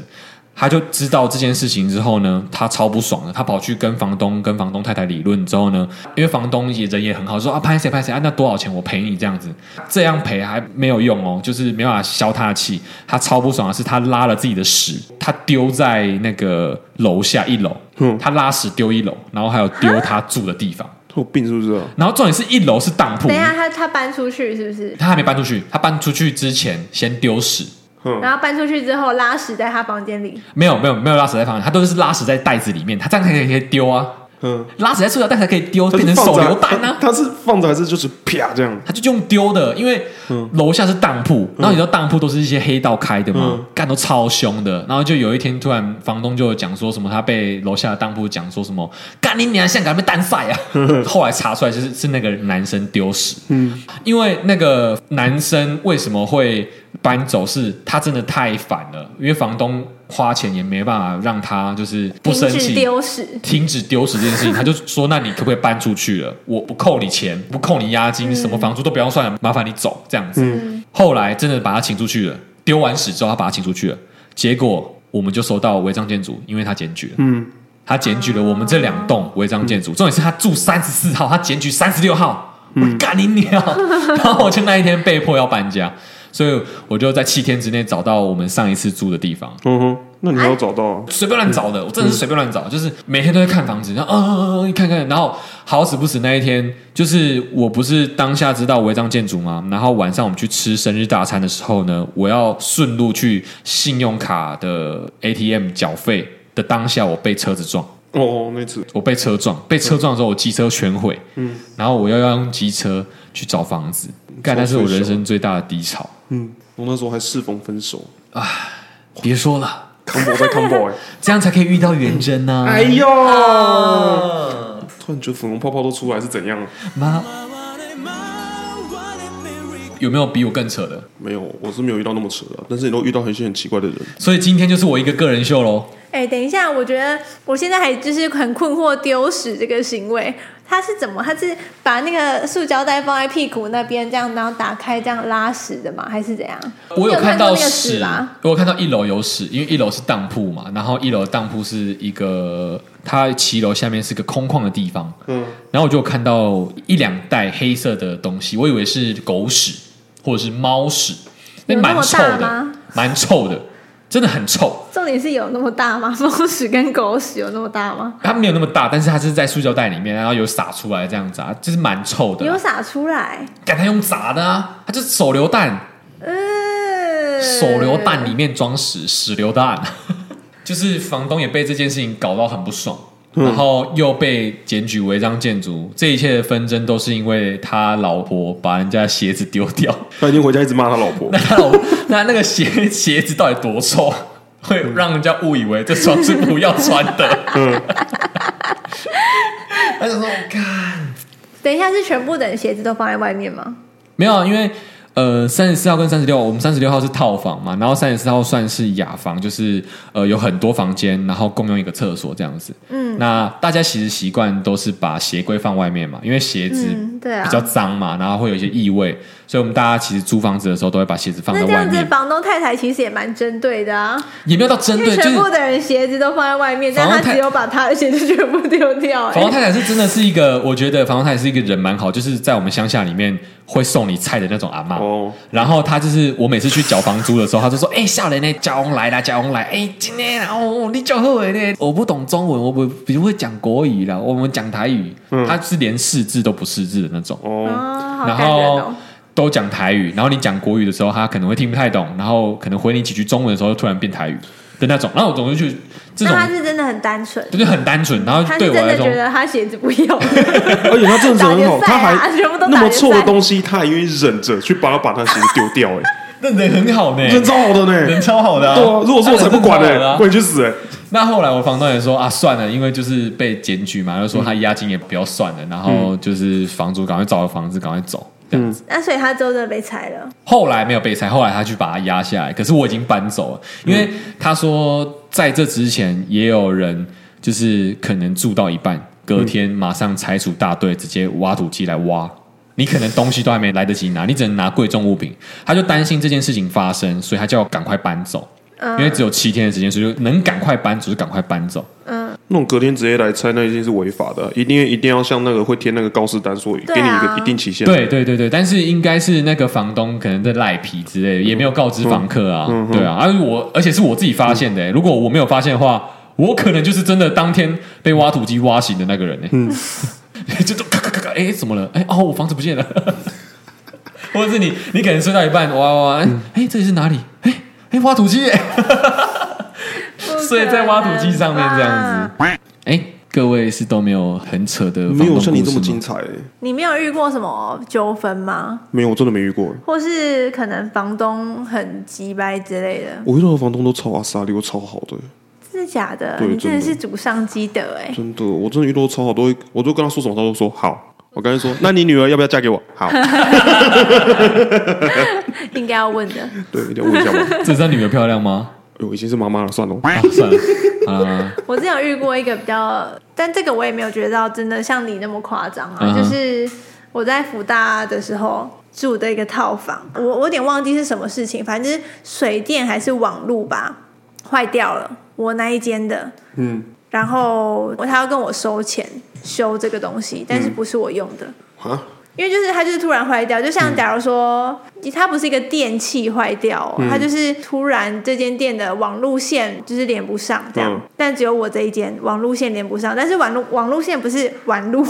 Speaker 4: 他就知道这件事情之后呢，他超不爽的，他跑去跟房东、跟房东太太理论之后呢，因为房东也人也很好，说啊拍谁拍谁啊，那多少钱我赔你这样子，这样赔还没有用哦，就是没办法消他的气。他超不爽的是，他拉了自己的屎，他丢在那个楼下一楼，
Speaker 2: 嗯
Speaker 4: 他拉屎丢一楼，然后还有丢他住的地方。
Speaker 2: 有病是不是啊？
Speaker 4: 然后重点是一楼是当铺
Speaker 3: 等一，下，他他搬出去是不是？
Speaker 4: 他还没搬出去，他搬出去之前先丢屎，
Speaker 2: 嗯，
Speaker 3: 然后搬出去之后拉屎在他房间里，
Speaker 4: 没有没有没有拉屎在房间，他都是拉屎在袋子里面，他这样才可以可以丢啊。
Speaker 2: 嗯，
Speaker 4: 拉屎在塑料袋才可以丢，
Speaker 2: 它
Speaker 4: 变
Speaker 2: 是
Speaker 4: 成
Speaker 2: 放
Speaker 4: 手
Speaker 2: 着
Speaker 4: 榴弹呢、
Speaker 2: 它它是放着还是就是啪这样？
Speaker 4: 他就用丢的，因为楼下是当铺，然后你知道当铺都是一些黑道开的嘛
Speaker 2: 嗯，
Speaker 4: 干、都超凶的。然后就有一天突然房东就讲说什么，他被楼下的当铺讲说什么，干你娘，香港被单赛啊！
Speaker 2: 嗯
Speaker 4: 后来查出来就是是那个男生丢屎，嗯，因为那个男生为什么会搬走是他真的太烦了，因为房东花钱也没办法让他就是不
Speaker 3: 停
Speaker 4: 生
Speaker 3: 止
Speaker 4: 气，
Speaker 3: 丢屎。
Speaker 4: 停止丢屎这件事情，他就说：“那你可不可以搬出去了？我不扣你钱，不扣你押金，什么房租都不用算了，麻烦你走。”这样子。后来真的把他请出去了，丢完屎之后，他把他请出去了。结果我们就收到违章建筑，因为他检举了。
Speaker 2: 嗯，
Speaker 4: 他检举了我们这两栋违章建筑，重点是他住三十四号，他检举三十六号，我干你娘！然后我就那一天被迫要搬家，所以我就在七天之内找到我们上一次住的地方。
Speaker 2: 嗯哼，那你还要找到啊？
Speaker 4: 随便乱找的，我真的是随便乱找，就是每天都在看房子，然后嗯嗯嗯，看看，然后好死不死那一天，就是我不是当下知道违章建筑吗？然后晚上我们去吃生日大餐的时候呢，我要顺路去信用卡的 ATM 缴费的当下，我被车子撞。
Speaker 2: 哦，那次
Speaker 4: 我被车撞，被车撞的时候，我机车全毁，嗯，然后我又要用机车去找房子，干，那是我人生最大的低潮。
Speaker 2: 嗯，我那时候还适逢分手
Speaker 4: 别说了，
Speaker 2: ，combo 在 combo 哎，
Speaker 4: 这样才可以遇到啊元真呐、
Speaker 2: 哎呦，突然觉得粉红泡泡都出来是怎样？啊
Speaker 4: 妈，有没有比我更扯的？
Speaker 2: 没有，我是没有遇到那么扯的，但是你都遇到一些很奇怪的人。
Speaker 4: 所以今天就是我一个个人秀喽。
Speaker 3: 哎，等一下，我觉得我现在还就是很困惑丢屎这个行为，他是怎么？他是把那个塑胶袋放在屁股那边，这样然后打开这样拉屎的吗？还是怎样？
Speaker 4: 我
Speaker 3: 你有
Speaker 4: 看
Speaker 3: 过
Speaker 4: 到
Speaker 3: 那个屎
Speaker 4: 屎
Speaker 3: 吧？，
Speaker 4: 我有看到一楼有屎，因为一楼是当铺嘛，然后一楼的当铺是一个，它骑楼下面是个空旷的地方，
Speaker 2: 嗯，
Speaker 4: 然后我就有看到一两袋黑色的东西，我以为是狗屎或者是猫屎，那
Speaker 3: 有那
Speaker 4: 蛮
Speaker 3: 么
Speaker 4: 臭
Speaker 3: 大
Speaker 4: 的
Speaker 3: 吗，
Speaker 4: 蛮臭的，真的很臭。
Speaker 3: 重点是有那么大吗？ 猫屎跟狗屎有那么大吗？
Speaker 4: 它没有那么大，但是它是在塑胶袋里面，然后有洒出来这样子啊，就是蛮臭的啊、
Speaker 3: 有洒出来，
Speaker 4: 赶他用砸的啊，他就是手榴弹，
Speaker 3: 嗯，
Speaker 4: 手榴弹里面装屎，屎榴弹， 就是房东也被这件事情搞到很不爽，然后又被检举违章建筑，这一切的纷争都是因为他老婆把人家鞋子丢掉，
Speaker 2: 他已经回家一直骂他老 婆
Speaker 4: 那，他老那那个鞋鞋子到底多臭， 会让人家误以为这双是不要穿的， 他就说我看。
Speaker 3: 等一下是全部的鞋子都放在外面吗？
Speaker 4: 没有，啊，因为呃，三十四号跟三十六，我们三十六号是套房嘛，然后三十四号算是雅房，就是呃有很多房间，然后共用一个厕所这样子。嗯，那大家其实习惯都是把鞋柜放外面嘛，因为鞋子
Speaker 3: 对啊
Speaker 4: 比较脏嘛，然后会有一些异味，所以我们大家其实租房子的时候都会把鞋子放在
Speaker 3: 那这
Speaker 4: 外
Speaker 3: 样子，
Speaker 4: 面，
Speaker 3: 房东太太其实也蛮针对的啊，
Speaker 4: 也没有到针
Speaker 3: 因
Speaker 4: 对，
Speaker 3: 为
Speaker 4: 就是
Speaker 3: 全部的人鞋子都放在外面，但
Speaker 4: 房东
Speaker 3: 他
Speaker 4: 太
Speaker 3: 只有把他的鞋子全部丢掉、
Speaker 4: 房东
Speaker 3: 欸。
Speaker 4: 太太是真的是一个，我觉得房东太太是一个人蛮好，就是在我们乡下里面会送你菜的那种阿嬷。
Speaker 2: 哦
Speaker 4: 然后她就是我每次去缴房租的时候，她就说：“哎、下人呢，交红来啦，交红来，哎、今天啦哦，你交好的呢，我不懂中文，我不比如会讲国语啦，我们讲台语，她是连识字都不识字的那种。
Speaker 2: 哦，
Speaker 3: 哦，
Speaker 4: 然
Speaker 3: 好感人
Speaker 4: 后
Speaker 3: 哦。
Speaker 4: 都讲台语，然后你讲国语的时候，他可能会听不太懂，然后可能回你几句中文的时候，突然变台语的那种。然后我总是去这
Speaker 3: 那
Speaker 4: 种
Speaker 3: 他，是真的很单纯，
Speaker 4: 就是很单纯，然后
Speaker 3: 他
Speaker 4: 对
Speaker 3: 是
Speaker 4: 我
Speaker 3: 真
Speaker 4: 来
Speaker 3: 的
Speaker 4: 说
Speaker 3: 觉，得他鞋子不 用，
Speaker 2: 而且他真的是很好，
Speaker 3: 打决赛啊
Speaker 2: 他还
Speaker 3: 全部都打决赛
Speaker 2: 那么臭的东西，他还愿意忍着去帮他把他鞋子丢掉， 哎，
Speaker 4: 那人很好呢，
Speaker 2: 人超好的
Speaker 4: 人
Speaker 2: 呢。
Speaker 4: 超好的、
Speaker 2: 对啊，如果说我才不管
Speaker 4: 他人超
Speaker 2: 呢，
Speaker 4: 好的啊
Speaker 2: 不然你去死哎！
Speaker 4: 那后来我房东也说啊，算了，因为就是被检举嘛，就说他押金也不要算了，然后就是房主赶快找个房子赶快走。这样子，
Speaker 3: 那所以他周真的被裁了。
Speaker 4: 后来没有被拆，后来他去把它压下来，可是我已经搬走了，因为他说在这之前也有人就是可能住到一半，隔天马上拆除大队，直接挖土机来挖。你可能东西都还没来得及拿，你只能拿贵重物品。他就担心这件事情发生，所以他叫我赶快搬走，因为只有七天的时间，所以就能赶快搬走就赶快搬走。
Speaker 2: 那种隔天直接来拆，那一定是违法的，一定一定要像那个会贴那个告示单说，
Speaker 3: 对啊
Speaker 2: 给你一个一定期限。
Speaker 4: 对对对对，但是应该是那个房东可能在赖皮之类的，也没有告知房客啊，
Speaker 2: 嗯
Speaker 4: 对啊，而、我而且是我自己发现的、如果我没有发现的话，我可能就是真的当天被挖土机挖醒的那个人呢、嗯， 就都咔咔咔咔，哎、怎么了？哎、哦，我房子不见了， 或者是你你可能睡到一半，哇哇哇，哎、
Speaker 2: 嗯
Speaker 4: 哎这里是哪里？哎、哎、挖土机、耶睡在挖土机上面这样子，哎、各位是都没有很扯的，
Speaker 2: 没有像你这么精。彩欸，
Speaker 3: 你没有遇过什么纠纷吗？
Speaker 2: 没有，我真的没遇过。欸
Speaker 3: 或是可能房东很急掰之类的？
Speaker 2: 我遇到的房东都超阿萨利，我超好的，
Speaker 3: 真的假的？
Speaker 2: 对
Speaker 3: 你真的
Speaker 2: 真的
Speaker 3: 是祖上积德哎、
Speaker 2: 真的，我真的遇到超好，都会，我都跟他说什么，他都说好。我刚才说，那你女儿要不要嫁给我？ 好，
Speaker 3: 应该要问的。
Speaker 2: 对，一定要问一下吧。
Speaker 4: 这张女儿漂亮吗？
Speaker 2: 哎呦，已经是妈妈了， 算了。
Speaker 4: 啊、算了啊，
Speaker 3: 我之前有遇过一个比较，但这个我也没有觉得到真的像你那么夸张啊。
Speaker 4: 嗯哼
Speaker 3: 就是我在福大的时候住的一个套房，我我有点忘记是什么事情，反正就是水电还是网路吧坏掉了，我那一间的，
Speaker 2: 嗯，
Speaker 3: 然后他要跟我收钱修这个东西，
Speaker 4: 嗯
Speaker 3: 但是不是我用的。
Speaker 2: 啊，
Speaker 3: 因为就是它就是突然坏掉，就
Speaker 2: 嗯
Speaker 3: 像假如说、它不是一个电器坏掉、哦，
Speaker 2: 嗯
Speaker 3: 它就是突然这间店的网路线就是连不上这样，
Speaker 2: 嗯
Speaker 3: 但只有我这一间网路线连不上，但是网路网路线不是 网路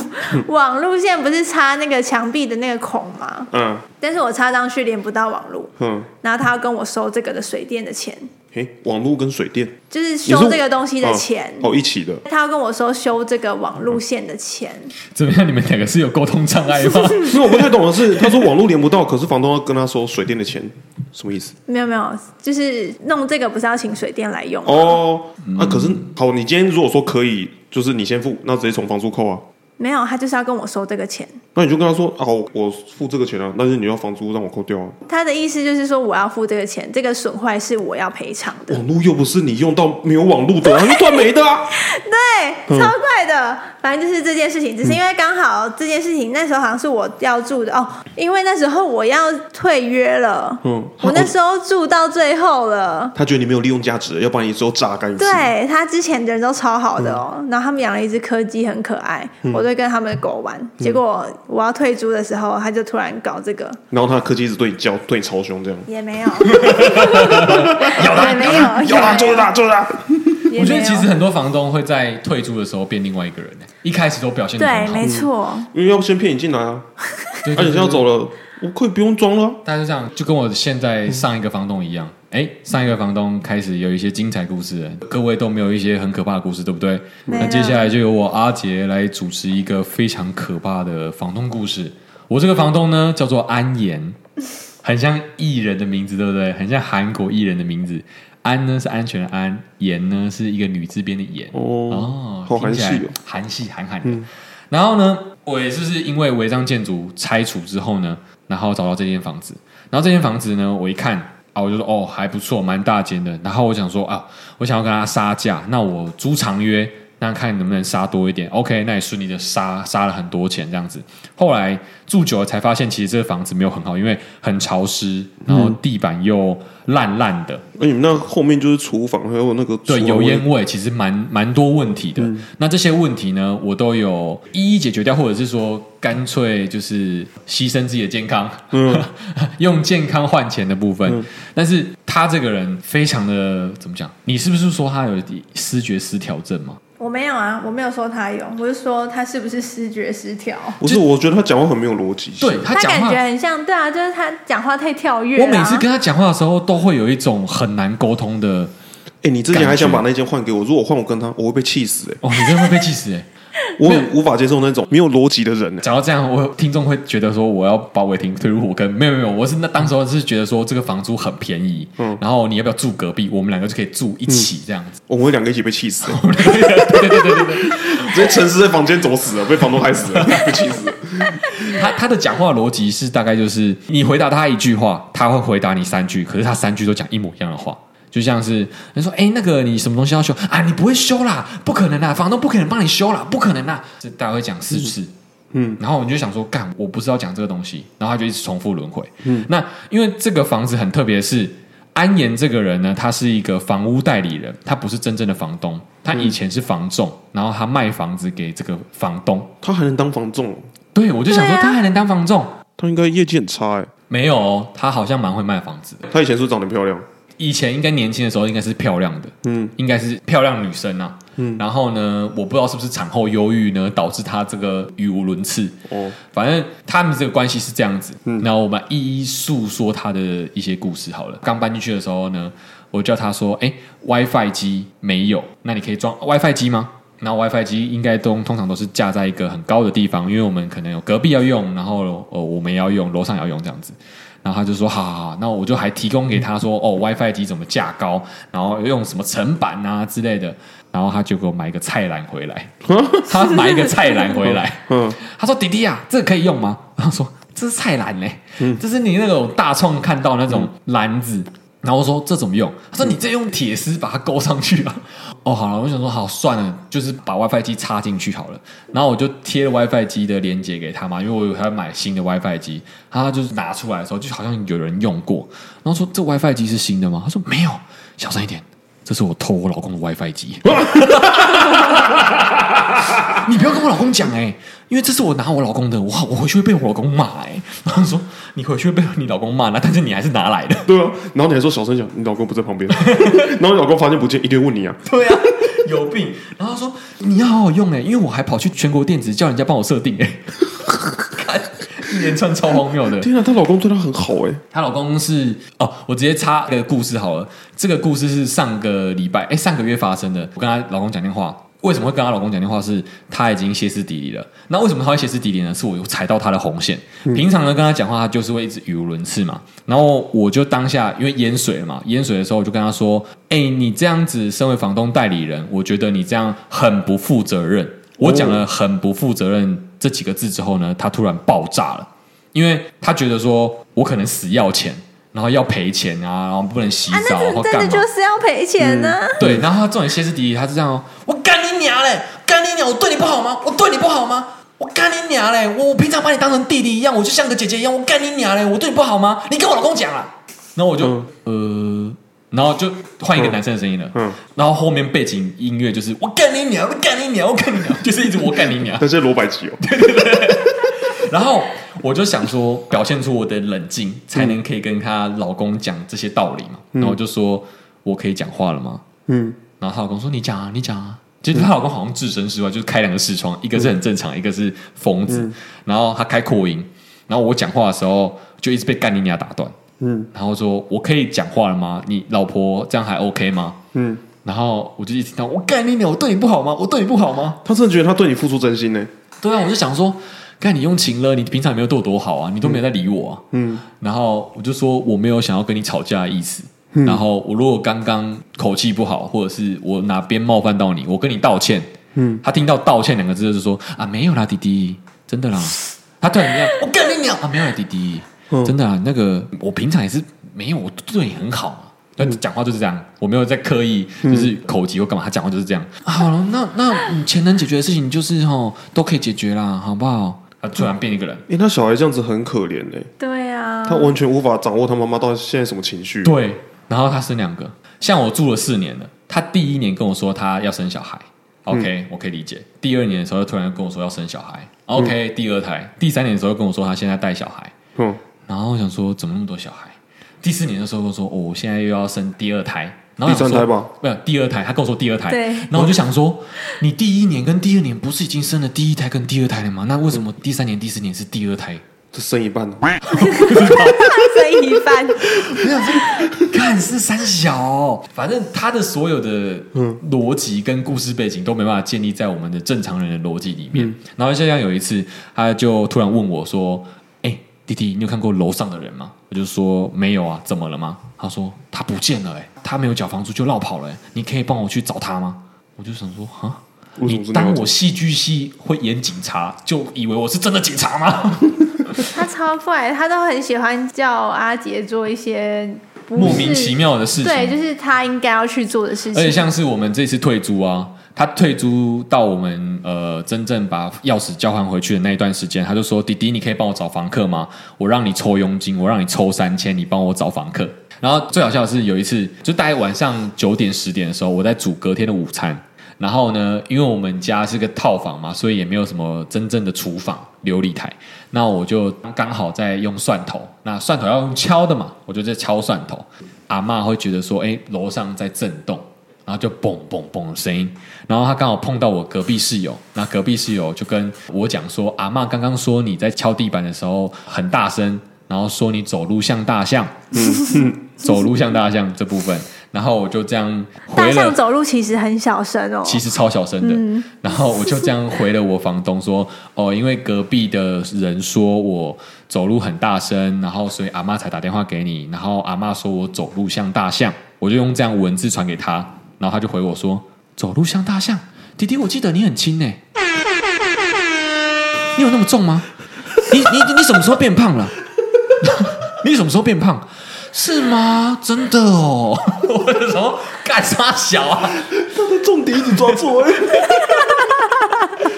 Speaker 3: 网路线不是插那个墙壁的那个孔吗？
Speaker 2: 嗯
Speaker 3: 但是我插上去连不到网路，
Speaker 2: 哼，
Speaker 3: 然后他要跟我收这个的水电的钱，
Speaker 2: 诶，网络跟水电
Speaker 3: 就是
Speaker 2: 你
Speaker 3: 修
Speaker 2: 是
Speaker 3: 这个东西的钱。
Speaker 2: 哦，一起的。
Speaker 3: 他要跟我收修这个网路线的钱，
Speaker 4: 怎么样？你们两个是有沟通障碍 吗？
Speaker 2: 因为我不太懂的是，他说网络连不到，可是房东要跟他收水电的钱，什么意思？
Speaker 3: 没有没有，就是弄这个不是要请水电来用吗
Speaker 2: 哦，那、可是好，你今天如果说可以，就是你先付，那直接从房租扣啊。
Speaker 3: 没有，他就是要跟我收这个钱。
Speaker 2: 那你就跟他说，好，我付这个钱啊，但是你要房租让我扣掉啊。
Speaker 3: 他的意思就是说，我要付这个钱，这个损坏是我要赔偿的。
Speaker 2: 网络又不是你用到没有网络的、啊，就断没的 啊。
Speaker 3: 对，超怪的。反正就是这件事情，只是因为刚好这件事情那时候好像是我要住的哦，因为那时候我要退约了，
Speaker 2: 嗯，
Speaker 3: 我那时候住到最后了。
Speaker 2: 他觉得你没有利用价值，要把你之后榨干一次。
Speaker 3: 对他之前的人都超好的哦，然后他们养了一只柯基，很可爱，我都会跟他们的狗玩。结果我要退租的时候，他就突然搞这个，
Speaker 2: 然后他科技一直对你叫，对你超凶这样。
Speaker 3: 也没有，也没有，
Speaker 2: 要啦，就是啦，就是啦。
Speaker 3: 也没有
Speaker 4: 我觉得其实很多房东会在退租的时候变另外一个人、欸一开始都表现的
Speaker 3: 对
Speaker 4: 很，好，
Speaker 3: 没错。
Speaker 2: 因为要不先骗你进来啊，
Speaker 4: 对
Speaker 2: 而且
Speaker 4: 对
Speaker 2: 现在要走了，我可以不用装了啊。
Speaker 4: 大家就这样，就跟我现在上一个房东一样。
Speaker 3: 嗯
Speaker 4: 哎，上一个房东开始有一些精彩故事了，各位都没有一些很可怕的故事，对不对？
Speaker 3: 没
Speaker 4: 那接
Speaker 3: 了
Speaker 4: 下来就由我阿杰来主持一个非常可怕的房东故事。我这个房东呢，叫做安 妍，很像艺人的名字，对不对？很像韩国艺人的名字。安呢是安全的安，妍呢是一个女字边的妍。
Speaker 2: 哦
Speaker 4: 哦，
Speaker 2: 好韩系哦
Speaker 4: 听起来韩系韩韩的。然后呢，我也就是因为违章建筑拆除之后呢，然后找到这间房子。然后这间房子呢，我一看啊，我就说哦还不错，蛮大间的。然后我想说啊，我想要跟他杀价，那我租长约那看能不能杀多一点。OK，那也顺利的杀杀了很多钱这样子。后来住久了才发现，其实这个房子没有很好，因为很潮湿，然后地板又烂烂的，
Speaker 2: 哎，你们那后面就是厨房，还有那个
Speaker 4: 对，
Speaker 2: 厨
Speaker 4: 油
Speaker 2: 房
Speaker 4: 烟味其实蛮蛮多问题的。那这些问题呢，我都有一一解决掉，或者是说干脆就是牺牲自己的健康， 用健康换钱的部分。但是他这个人非常的怎么讲？你是不是说他有视觉失调症吗？
Speaker 3: 我没有啊，我没有说他有，我是说他是不是视觉失调？
Speaker 2: 不是，我觉得他讲话很没有逻辑性。
Speaker 4: 对他讲
Speaker 3: 感
Speaker 4: 话
Speaker 3: 觉。很像，对啊，就是他讲话太跳跃、啊。
Speaker 4: 我每次跟他讲话的时候，都会有一种很难沟通的
Speaker 2: 哎，你之前还想把
Speaker 4: 感
Speaker 2: 那件换给我，如果换我跟他，我会被 气死哎、
Speaker 4: 哦，你真的会被气死哎、
Speaker 2: 我很无法接受那种没有逻辑的人哎、
Speaker 4: 讲到这样，我听众会觉得说我要把伟霆推入火坑。没有没有，我是那当时候是觉得说这个房租很便宜，然后你要不要住隔壁？我们两个就可以住一起这样子。
Speaker 2: 我们两个一起被气死、欸，
Speaker 4: 对对对对对，
Speaker 2: 直接沉尸在房间走死了，被房东害死了， 被气死了。
Speaker 4: 他他的讲话逻辑是大概就是你回答他一句话，他会回答你三句，可是他三句都讲一模一样的话。就像是人说，哎、那个你什么东西要修啊？你不会修啦，不可能啦，房东不可能帮你修啦，不可能啦，这大概会讲四次。
Speaker 2: 嗯
Speaker 4: 然后你就想说，干，我不是要讲这个东西，然后他就一直重复轮回。嗯，那因为这个房子很特别是，安岩这个人呢，他是一个房屋代理人，他不是真正的房东，他以前是房仲，然后他卖房子给这个房东。
Speaker 2: 他还能当房仲，
Speaker 4: 对，我就想说，
Speaker 3: 对啊
Speaker 4: 他还能当房仲？
Speaker 2: 他应该业绩很差哎、
Speaker 4: 没有哦，他好像蛮会卖房子的。
Speaker 2: 他以前是不是长得漂亮，
Speaker 4: 以前应该年轻的时候应该是漂亮的，
Speaker 2: 嗯，
Speaker 4: 应该是漂亮女生啊。嗯，然后呢，我不知道是不是产后忧郁呢，导致她这个语无伦次。
Speaker 2: 哦，
Speaker 4: 反正他们这个关系是这样子。那我们一一诉说他的一些故事好了。刚搬进去的时候呢，我叫他说：“哎，WiFi 机没有，那你可以装 WiFi 机吗？”那 WiFi 机应该都通常都是架在一个很高的地方，因为我们可能有隔壁要用，然后呃我们也要用，楼上也要用这样子。然后他就说：“好好好，那我就还提供给他说，哦，WiFi 机怎么架高，然后用什么层板啊之类的。”然后他就给我买一个菜篮回来，他买一个菜篮回来。
Speaker 2: 嗯，
Speaker 4: 他说：“弟弟啊，这个可以用吗？” 然后说：“这是菜篮嘞、这是你那种大创看到那种篮子。然后我说：“这怎么用？”他说：“你这用铁丝把它勾上去啊。”哦，好了，我想说好算了，就是把 WiFi 机插进去好了。然后我就贴了 WiFi 机的连接给他嘛，因为我有还要买新的 WiFi 机。他就是拿出来的时候，就好像有人用过，然后说：“这 WiFi 机是新的吗？”他说：“没有，小声一点。”这是我偷我老公的 WiFi 机，你不要跟我老公讲哎、因为这是我拿我老公的，我我回去会被我老公骂哎、 然后说你回去会被你老公骂，那但是你还是拿来的，
Speaker 2: 对啊，然后你还说小声讲，你老公不在旁边，然后你老公发现不见，一定会问你啊，
Speaker 4: 对啊， 有病。然后说你要好好用哎、因为我还跑去全国电子叫人家帮我设定哎、 看一连串超荒谬的。
Speaker 2: 天啊，她老公对她很好哎、
Speaker 4: 她老公是哦，我直接插一个故事好了。这个故事是上个礼拜，哎，上个月发生的。我跟她老公讲电话，为什么会跟她老公讲电话？是她已经歇斯底里了。那为什么她会歇斯底里呢？是我有踩到她的红线。平常呢，跟她讲话，她就是会一直语无伦次嘛。然后我就当下因为淹水了嘛，淹水的时候我就跟她说：“哎，你这样子，身为房东代理人，我觉得你这样很不负责任。”我讲了“很不负责任”这几个字之后呢，她突然爆炸了。因为他觉得说我可能死要钱，然后要赔钱啊，然后不能洗
Speaker 3: 啊，
Speaker 4: 澡
Speaker 3: 那
Speaker 4: 或
Speaker 3: 这真
Speaker 4: 干
Speaker 3: 的
Speaker 4: 嘛嗯
Speaker 3: 就。是要赔钱呢、
Speaker 4: 对，然后他重点歇斯底里，他是这样哦，我干你娘嘞，干你娘，我对你不好吗？我对你不好吗？我干你娘嘞，我我平常把你当成弟弟一样，我就像个姐姐一样，我干你娘嘞，我对你不好吗？你跟我老公讲啊。然后我就、呃，然后就换一个男生的声音了，嗯
Speaker 2: 嗯，
Speaker 4: 然后后面背景音乐就是我干你娘，我干你娘，我干你娘，就是一直我干你娘，
Speaker 2: 但是罗百吉哦，
Speaker 4: 然后我就想说，表现出我的冷静，才能可以跟她老公讲这些道理嘛。然后我就说，我可以讲话了吗？
Speaker 2: 嗯，
Speaker 4: 然后她老公说，你讲啊，你讲啊。就是她老公好像置身事外，就是开两个视窗，一个是很正常，一个是疯子。然后他开扩音，然后我讲话的时候就一直被干尼亚打断。
Speaker 2: 嗯
Speaker 4: 然后说我可以讲话了吗？你老婆这样还 OK 吗？
Speaker 2: 嗯，
Speaker 4: 然后我就一直听到我干你娘，我对你不好吗？我对你不好吗？
Speaker 2: 她真的觉得她对你付出真心呢、
Speaker 4: 对啊，我就想说，看你用情了，你平常也没有对我多好啊，你都没有在理我啊。
Speaker 2: 嗯，
Speaker 4: 然后我就说我没有想要跟你吵架的意思。然后我如果刚刚口气不好，或者是我哪边冒犯到你，我跟你道歉。嗯，他听到“道歉”两个字就说啊，没有啦，弟弟，真的啦。他突然这样，我嗯跟你讲啊，没有啦，弟弟，真的啊，那个我平常也是没有，我对你很好嘛。那讲话就是这样，我没有在刻意就是口疾或干嘛，他讲话就是这样。嗯好了，那那嗯钱能解决的事情就是哦，都可以解决啦，好不好？他啊突然变一个人，
Speaker 2: 哎、那小孩这样子很可怜哎、
Speaker 3: 对啊，
Speaker 2: 他完全无法掌握他妈妈到底现在什么情绪。
Speaker 4: 对，然后他生两个，像我住了四年了，他第一年跟我说他要生小孩，OK，、我可以理解。第二年的时候，他突然跟我说要生小孩，OK，、第二胎。第三年的时候跟我说他现在带小孩，
Speaker 2: 嗯，
Speaker 4: 然后我想说怎么那么多小孩？第四年的时候跟我说，哦，我现在又要生第二胎，然后我想说
Speaker 2: 第三胎吧，
Speaker 4: 没有第二胎，他跟我说第二胎，
Speaker 3: 对
Speaker 4: 然后我就想说，你第一年跟第二年不是已经生了第一胎跟第二胎了吗？那为什么第三年、第四年是第二胎？
Speaker 2: 这生一 半、
Speaker 3: 这一半，
Speaker 4: 看是三小、哦，反正他的所有的
Speaker 3: 嗯
Speaker 4: 逻辑跟故事背景都没办法建立在我们的正常人的逻辑里面。
Speaker 3: 嗯
Speaker 4: 然后就像有一次，他就突然问我说：“哎、弟弟，你有看过楼上的人吗？”我就说：“没有啊，怎么了吗？”他说：“他不见了、哎，他没有缴房租就绕跑了、哎你可以帮我去找他吗？”我就想说：“哈。”
Speaker 2: 为什么
Speaker 4: 你
Speaker 2: 是那
Speaker 4: 当
Speaker 2: 样子
Speaker 4: 我戏剧系会演警察，就以为我是真的警察 吗？
Speaker 3: 他超怪，他都很喜欢叫阿杰做一些不是
Speaker 4: 莫名其妙的事情，
Speaker 3: 对，就是他应该要去做的事
Speaker 4: 而且
Speaker 3: 情。
Speaker 4: 像是我们这次退租啊，他退租到我们呃真正把钥匙交还回去的那一段时间，他就说：“弟弟，你可以帮我找房客吗？我让你抽佣金，我让你抽三千，你帮我找房客。”然后最好笑的是有一次，就大概晚上九点十点的时候，我在煮隔天的午餐。然后呢，因为我们家是个套房嘛，所以也没有什么真正的厨房琉璃台。那我就刚好在用蒜头，那蒜头要用敲的嘛，我就在敲蒜头。阿嬷会觉得说，哎，楼上在震动，然后就嘣嘣嘣的声音。然后她刚好碰到我隔壁室友，那隔壁室友就跟我讲说，阿嬷刚刚说你在敲地板的时候很大声，然后说你走路像大象，
Speaker 3: 嗯
Speaker 4: 走路像大象这部分。然后我就这样
Speaker 3: 大
Speaker 4: 回了
Speaker 3: 象走路其实很小声哦，
Speaker 4: 其实超小声的。然后我就这样回了我房东说：“ 哦，因为隔壁的人说我走路很大声，然后所以阿妈才打电话给你。然后阿妈说我走路像大象，我就用这样文字传给他，然后他就回我说：走路像大象，弟弟，我记得你很轻呢、欸你有那么重吗？你你你什么时候变胖了？ 你什么时候变胖？”是吗？真的哦！ 我就说干啥小啊？
Speaker 2: 他重点一直抓错 哎、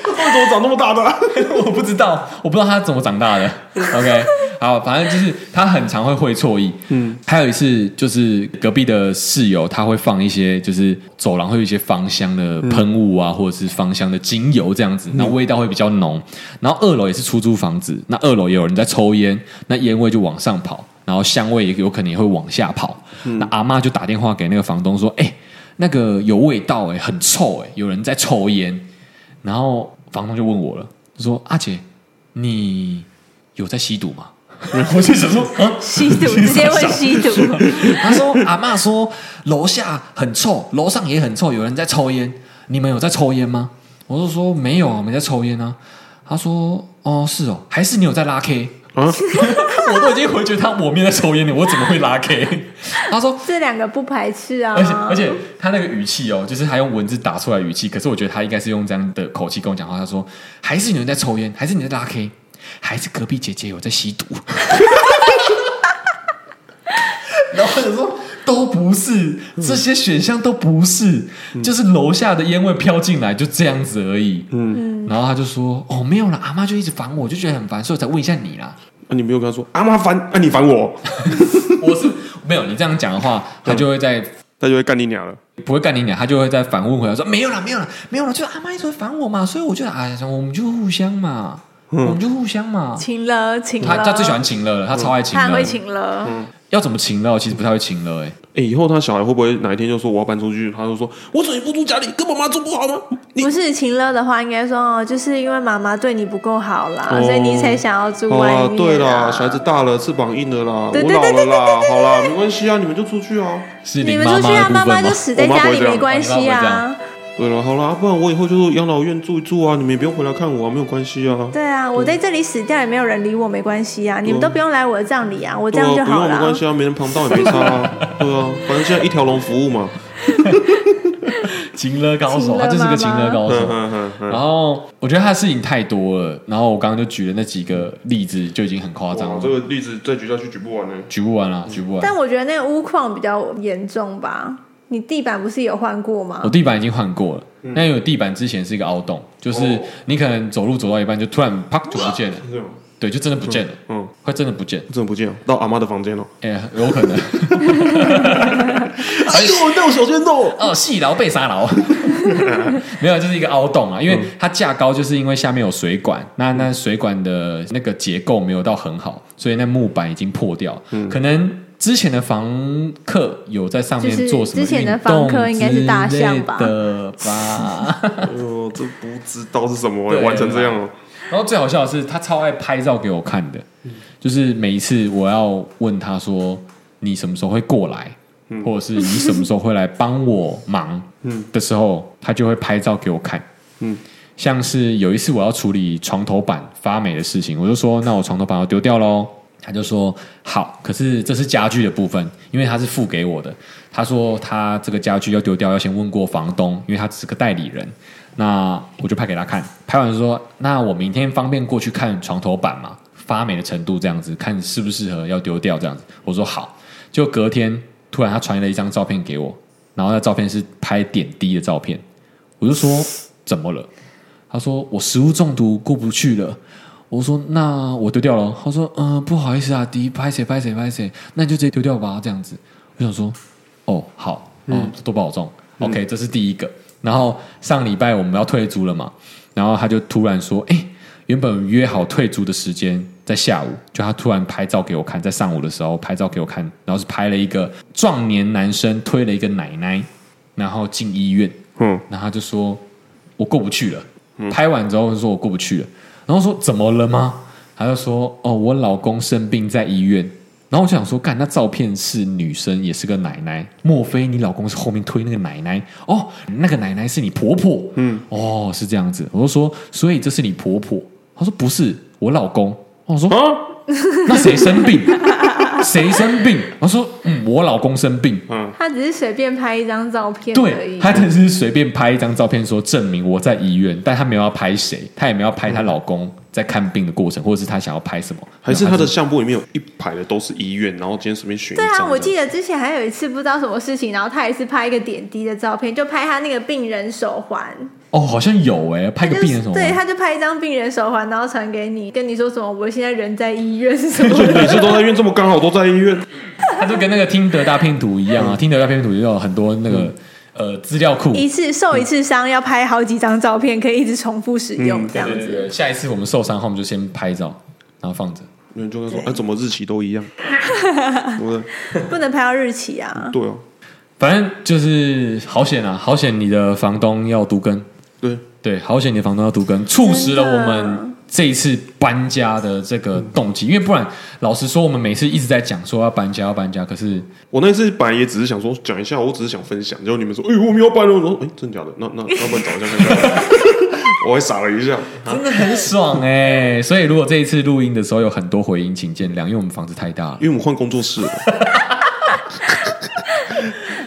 Speaker 2: 他为什么长那么大的啊、
Speaker 4: 我不知道，我不知道他怎么长大的。OK，好，反正就是他很常会会错意。嗯，还有一次就是隔壁的室友，他会放一些就是走廊会有一些芳香的喷雾啊，或者是芳香的精油这样子，那味道会比较浓。然后二楼也是出租房子，那二楼也有人在抽烟，那烟味就往上跑，然后香味也有可能也会往下跑。那阿妈就打电话给那个房东说：“哎、那个有味道哎、很臭哎、有人在抽烟。”然后房东就问我了，就说：“阿姐，你有在吸毒吗？”我就想说，啊，
Speaker 3: 吸 毒直接问吸毒，
Speaker 4: 他说：“阿嬷说楼下很臭，楼上也很臭，有人在抽烟。你们有在抽烟吗？”我就说：“没有，我没在抽烟啊。”他说：“哦，是哦，还是你有在拉 K？” 我都已经回绝他，我没有在抽烟了，我怎么会拉 K？他说：“
Speaker 3: 这两个不排斥啊。
Speaker 4: 而且而且他那个语气哦，就是他用文字打出来的语气，可是我觉得他应该是用这样的口气跟我讲话。他说：“还是有人在抽烟，还是你在拉 K，还是隔壁姐姐有在吸毒。” 然后我就说都不是，这些选项都不是，就是楼下的烟味飘进来就这样子而已。嗯，然后他就说：“哦，没有了，阿妈就一直烦我，就觉得很烦，所以我才问一下你啦。”
Speaker 2: 啊你没有跟他说阿妈烦，啊你烦我，
Speaker 4: 我是没有你这样讲的话，他就会在
Speaker 2: 他就会干你娘了。
Speaker 4: 不会干你娘，他就会再反问回来说没有啦，没有啦，没有啦，就是阿妈一直会烦我嘛，所以我就哎呀，我们就互相嘛，
Speaker 2: 嗯
Speaker 4: 我们就互相嘛。
Speaker 3: 请了，请
Speaker 4: 他
Speaker 3: 了，
Speaker 4: 他最喜欢情乐了，他超爱情
Speaker 3: 他很
Speaker 4: 乐
Speaker 3: 会，请了，
Speaker 4: 要怎么情乐？其实不太会情乐，哎，
Speaker 2: 哎、以后他小孩会不会哪一天就说我要搬出去？他就说我怎么不住家里，跟我妈住不好吗？你
Speaker 3: 不是请了的话，应该说哦，就是因为妈妈对你不够好啦，
Speaker 2: 哦
Speaker 3: 所以你才想要住
Speaker 2: 哦
Speaker 3: 外面、
Speaker 2: 啊，对啦，小孩子大了，翅膀硬了啦，
Speaker 3: 对
Speaker 2: 我
Speaker 3: 对
Speaker 2: 老
Speaker 3: 对
Speaker 2: 了
Speaker 3: 对
Speaker 2: 啦，好啦，没关系啊，你们就出去啊。
Speaker 4: 是
Speaker 3: 你
Speaker 4: 林
Speaker 3: 们
Speaker 4: 妈
Speaker 3: 出去
Speaker 4: 妈
Speaker 3: 啊，
Speaker 4: 的部
Speaker 3: 妈妈
Speaker 4: 分吗
Speaker 3: 就？死在
Speaker 2: 我妈
Speaker 3: 家
Speaker 2: 不会
Speaker 3: 里
Speaker 2: 这样
Speaker 3: 没关系
Speaker 4: 我妈
Speaker 3: 啊。
Speaker 2: 对了，好啦，不然我以后就是养老院住一住啊，你们也不用回来看我啊，没有关系啊。
Speaker 3: 对啊，我在这里死掉也没有人理我，没关系啊，你们都不用来我的葬礼啊，我
Speaker 2: 嗯
Speaker 3: 这
Speaker 2: 对啊，不
Speaker 3: 样就好
Speaker 2: 用没
Speaker 3: 了
Speaker 2: 关。 系啊，没人旁道也没差啊。对啊，反正现在一条龙服务嘛。
Speaker 4: 情勒高手，
Speaker 3: 情勒
Speaker 4: 他就是个情勒高
Speaker 2: 嗯
Speaker 4: 手。
Speaker 2: 嗯嗯嗯，
Speaker 4: 然后我觉得他的事情太多了，然后我刚刚就举了那几个例子，就已经很夸张
Speaker 2: 哇，这
Speaker 4: 了，
Speaker 2: 个嗯例子再举下去举不完呢。
Speaker 4: 举不完了，举不完。
Speaker 3: 但我觉得那个屋况比较严重吧。你地板不是有换过吗
Speaker 4: 我？
Speaker 2: 嗯
Speaker 4: 地板已经换过了，那因为我地板之前是一个凹洞，就是
Speaker 2: 哦
Speaker 4: 你可能走路走到一半就突然啪就不见了，
Speaker 3: 嗯
Speaker 2: 是这样
Speaker 4: 对，就真的不见了，
Speaker 2: 嗯，
Speaker 4: 会真的不见，
Speaker 2: 真的不见了，到阿妈的房间了。
Speaker 4: 哎、有可能
Speaker 2: 哎呦，那我小鲜肉，
Speaker 4: 哦，细牢被杀 牢，没有，就是一个凹洞啊，因为它架高就是因为下面有水管，那那水管的那个结构没有到很好，所以那木板已经破掉，可能。之前的房客有在上面
Speaker 3: 就是
Speaker 4: 做什么
Speaker 3: 之前的
Speaker 4: 运动
Speaker 3: 房客应该是大象吧
Speaker 4: 之类的吧？
Speaker 2: 哎呦，这不知道是什么，
Speaker 4: 对
Speaker 2: 玩成这样了。
Speaker 4: 然后最好笑的是，他超爱拍照给我看的，就是每一次我要问他说你什么时候会过来，或者是你什么时候会来帮我忙的时候，他就会拍照给我看。
Speaker 2: 嗯
Speaker 4: 像是有一次我要处理床头板发霉的事情，我就说那我床头板要丢掉喽。他就说好，可是这是家具的部分，因为他是付给我的。他说他这个家具要丢掉，要先问过房东，因为他只是个代理人。那我就拍给他看，拍完说那我明天方便过去看床头板吗？发霉的程度这样子，看适不适合要丢掉这样子。我说好，就隔天突然他传了一张照片给我，然后那照片是拍点滴的照片，我就说怎么了？他说我食物中毒过不去了。我说那我丢掉了。他说嗯、不好意思啊，迪，拍谁拍谁拍谁，那你就直接丢掉吧，这样子。我想说哦好，哦多保重。OK，这是第一个。然后上礼拜我们要退租了嘛，然后他就突然说，哎、原本约好退租的时间在下午，就他突然拍照给我看，在上午的时候拍照给我看，然后是拍了一个壮年男生推了一个奶奶，然后进医院。
Speaker 2: 嗯，
Speaker 4: 然后他就说我过不去了。拍完之后就说我过不去了，然后说怎么了吗？他就说哦，我老公生病在医院。然后我就想说，干，那照片是女生，也是个奶奶，莫非你老公是后面推那个奶奶？哦，那个奶奶是你婆婆，嗯，哦，是这样子。我就说，所以这是你婆婆？他说不是，我老公。我说
Speaker 2: 啊，
Speaker 4: 那谁生病？谁生病？我说嗯，我老公生病。
Speaker 3: 他只是随便拍一张照片而
Speaker 4: 对
Speaker 3: 已。
Speaker 4: 他只是随便拍一张照片说证明我在医院，但他没有要拍谁，他也没有要拍她老公在看病的过程，或者是他想要拍什么，
Speaker 2: 还是他
Speaker 4: 没
Speaker 2: 的
Speaker 4: 有
Speaker 2: 相簿里面有一排的都是医院，然后今天随便选一
Speaker 3: 对
Speaker 2: 张这
Speaker 3: 啊，
Speaker 2: 样。
Speaker 3: 我记得之前还有一次不知道什么事情，然后他也是拍一个点滴的照片，就拍他那个病人手环，
Speaker 4: 哦，好像有哎、拍
Speaker 3: 他
Speaker 4: 个
Speaker 3: 就
Speaker 4: 病人什么，
Speaker 3: 对，他就拍一张病人手环，然后传给你，跟你说什么我现在人在医院什么
Speaker 2: 就每次都在医院，这么刚好都在医 院。
Speaker 4: 他就跟那个听得大片图一样啊，听得大片图就有很多那个、呃资料库。
Speaker 3: 一次受一次伤要拍好几张照片，可以一直重复使用这样
Speaker 4: 对对
Speaker 3: 子。
Speaker 4: 对，下一次我们受伤后，我们就先拍照，然后放着。
Speaker 2: 有人就会说，哎，怎么日期都 一样？对不对？
Speaker 3: 不能拍到日期啊。
Speaker 2: 对啊，
Speaker 4: 反正就是好险啊，好险你的房东要独耕，
Speaker 2: 对，
Speaker 4: 对，好险你的房东要独耕，促使了我们这一次搬家的这个动机。因为不然，老实说，我们每次一直在讲说要搬家要搬家，可是
Speaker 2: 我那次本来也只是想说讲一下，我只是想分享，结果你们说，哎，我们要搬了，我说，哎，真假的？那那要不然找一下看看。 我还傻了一下，啊
Speaker 4: 真的很爽哎、所以如果这一次录音的时候有很多回音，请见谅，因为我们房子太大了
Speaker 2: 因。为我们换工作 室了。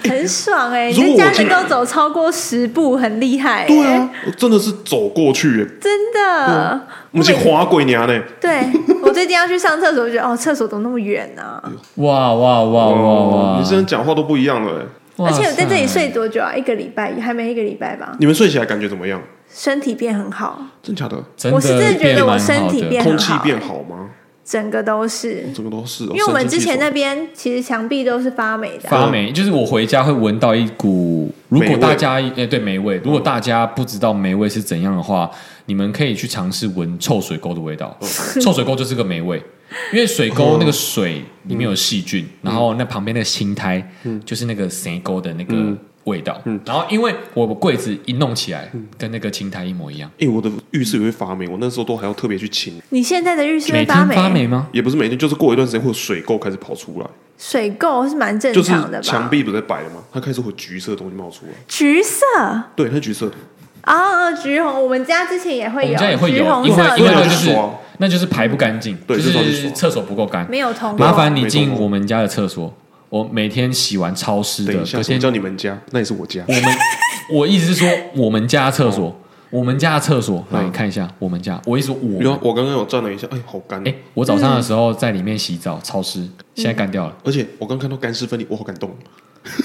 Speaker 3: 很爽哎、
Speaker 2: 如果
Speaker 3: 人
Speaker 2: 我
Speaker 3: 家
Speaker 2: 今
Speaker 3: 能够走超过十步，很厉害、欸。
Speaker 2: 对啊，我真的是走过去耶，
Speaker 3: 真的。
Speaker 2: 我们是滑鬼娘呢。
Speaker 3: 对我最近要去上厕所，我觉得哦，厕所怎么那么远呢、啊？
Speaker 4: 哇哇哇哇
Speaker 2: 哦，
Speaker 4: 哇！
Speaker 2: 你这人讲话都不一样了耶。
Speaker 4: 哇
Speaker 3: 而
Speaker 4: 塞
Speaker 3: 且我在这里睡多久啊？一个礼拜，还没一个礼拜吧。
Speaker 2: 你们睡起来感觉怎么样？
Speaker 3: 身体变很好，
Speaker 2: 真假的？
Speaker 4: 真
Speaker 3: 我是真的觉得我身体
Speaker 4: 变蛮好的
Speaker 3: 变
Speaker 2: 空
Speaker 3: 很
Speaker 2: 气
Speaker 3: 好，
Speaker 2: 变好吗？
Speaker 3: 整个都是。
Speaker 2: 整个都是哦。
Speaker 3: 因为我们之前那
Speaker 2: 神清
Speaker 3: 边其实墙壁都是发霉的啊，
Speaker 4: 发霉，就是我回家会闻到一股。如果大家诶、对霉
Speaker 2: 嗯
Speaker 4: 味，如果大家不知道霉味是怎样的话，你们可以去尝试闻臭水沟的味道。
Speaker 2: 嗯
Speaker 4: 臭水沟就是个霉味，因为水沟那个水里面有细菌，
Speaker 2: 嗯
Speaker 4: 然后那旁边那个青苔、就是那个水沟的那个味道。
Speaker 2: 嗯
Speaker 4: 然后因为我柜子一弄起来，跟那个青苔一模一样。
Speaker 2: 气爽。哎，我的浴室也会发霉，我那时候都还要特别去清，
Speaker 3: 你现在的日式会
Speaker 4: 每
Speaker 3: 发
Speaker 4: 天
Speaker 3: 霉，
Speaker 4: 发霉吗？
Speaker 2: 也不是每天，就是过一段时间会有水垢开始跑出来，
Speaker 3: 水垢是蛮正
Speaker 2: 就是
Speaker 3: 常的吧？
Speaker 2: 墙壁不是在摆了吗？它开始会有橘色的东西冒出来，
Speaker 3: 橘色啊、
Speaker 2: 对，它是橘色的，
Speaker 3: 啊橘红，我们家之前也会
Speaker 4: 我
Speaker 3: 有，
Speaker 4: 们家也会
Speaker 3: 橘
Speaker 4: 有，
Speaker 3: 红
Speaker 4: 因为
Speaker 3: 色
Speaker 4: 因为
Speaker 2: 那
Speaker 4: 那
Speaker 2: 就
Speaker 4: 就是
Speaker 3: 的
Speaker 4: 是
Speaker 2: 爽
Speaker 4: 那就是排不干净，
Speaker 2: 对
Speaker 4: 就
Speaker 2: 这种就是
Speaker 4: 是
Speaker 2: 爽
Speaker 4: 厕所不够干。
Speaker 3: 没有通
Speaker 2: 啊
Speaker 3: 过，
Speaker 4: 麻烦你进我们家的厕所，我每天洗完超湿的，
Speaker 2: 等一下，
Speaker 4: 隔
Speaker 2: 什么
Speaker 4: 天
Speaker 2: 叫你们家？那也是我家。
Speaker 4: 我们我意思是说，我们家厕
Speaker 2: 哦
Speaker 4: 所，我们家厕所，
Speaker 2: 嗯
Speaker 4: 来看一下我们家。我意思说我
Speaker 2: 然后
Speaker 4: 们，
Speaker 2: 我刚刚有站了一下，哎，好干。
Speaker 4: 哎，我早上的时候在里面洗澡，潮
Speaker 2: 嗯
Speaker 4: 湿，现在干掉了。
Speaker 2: 而且我刚看到干湿分离，我好感动。哦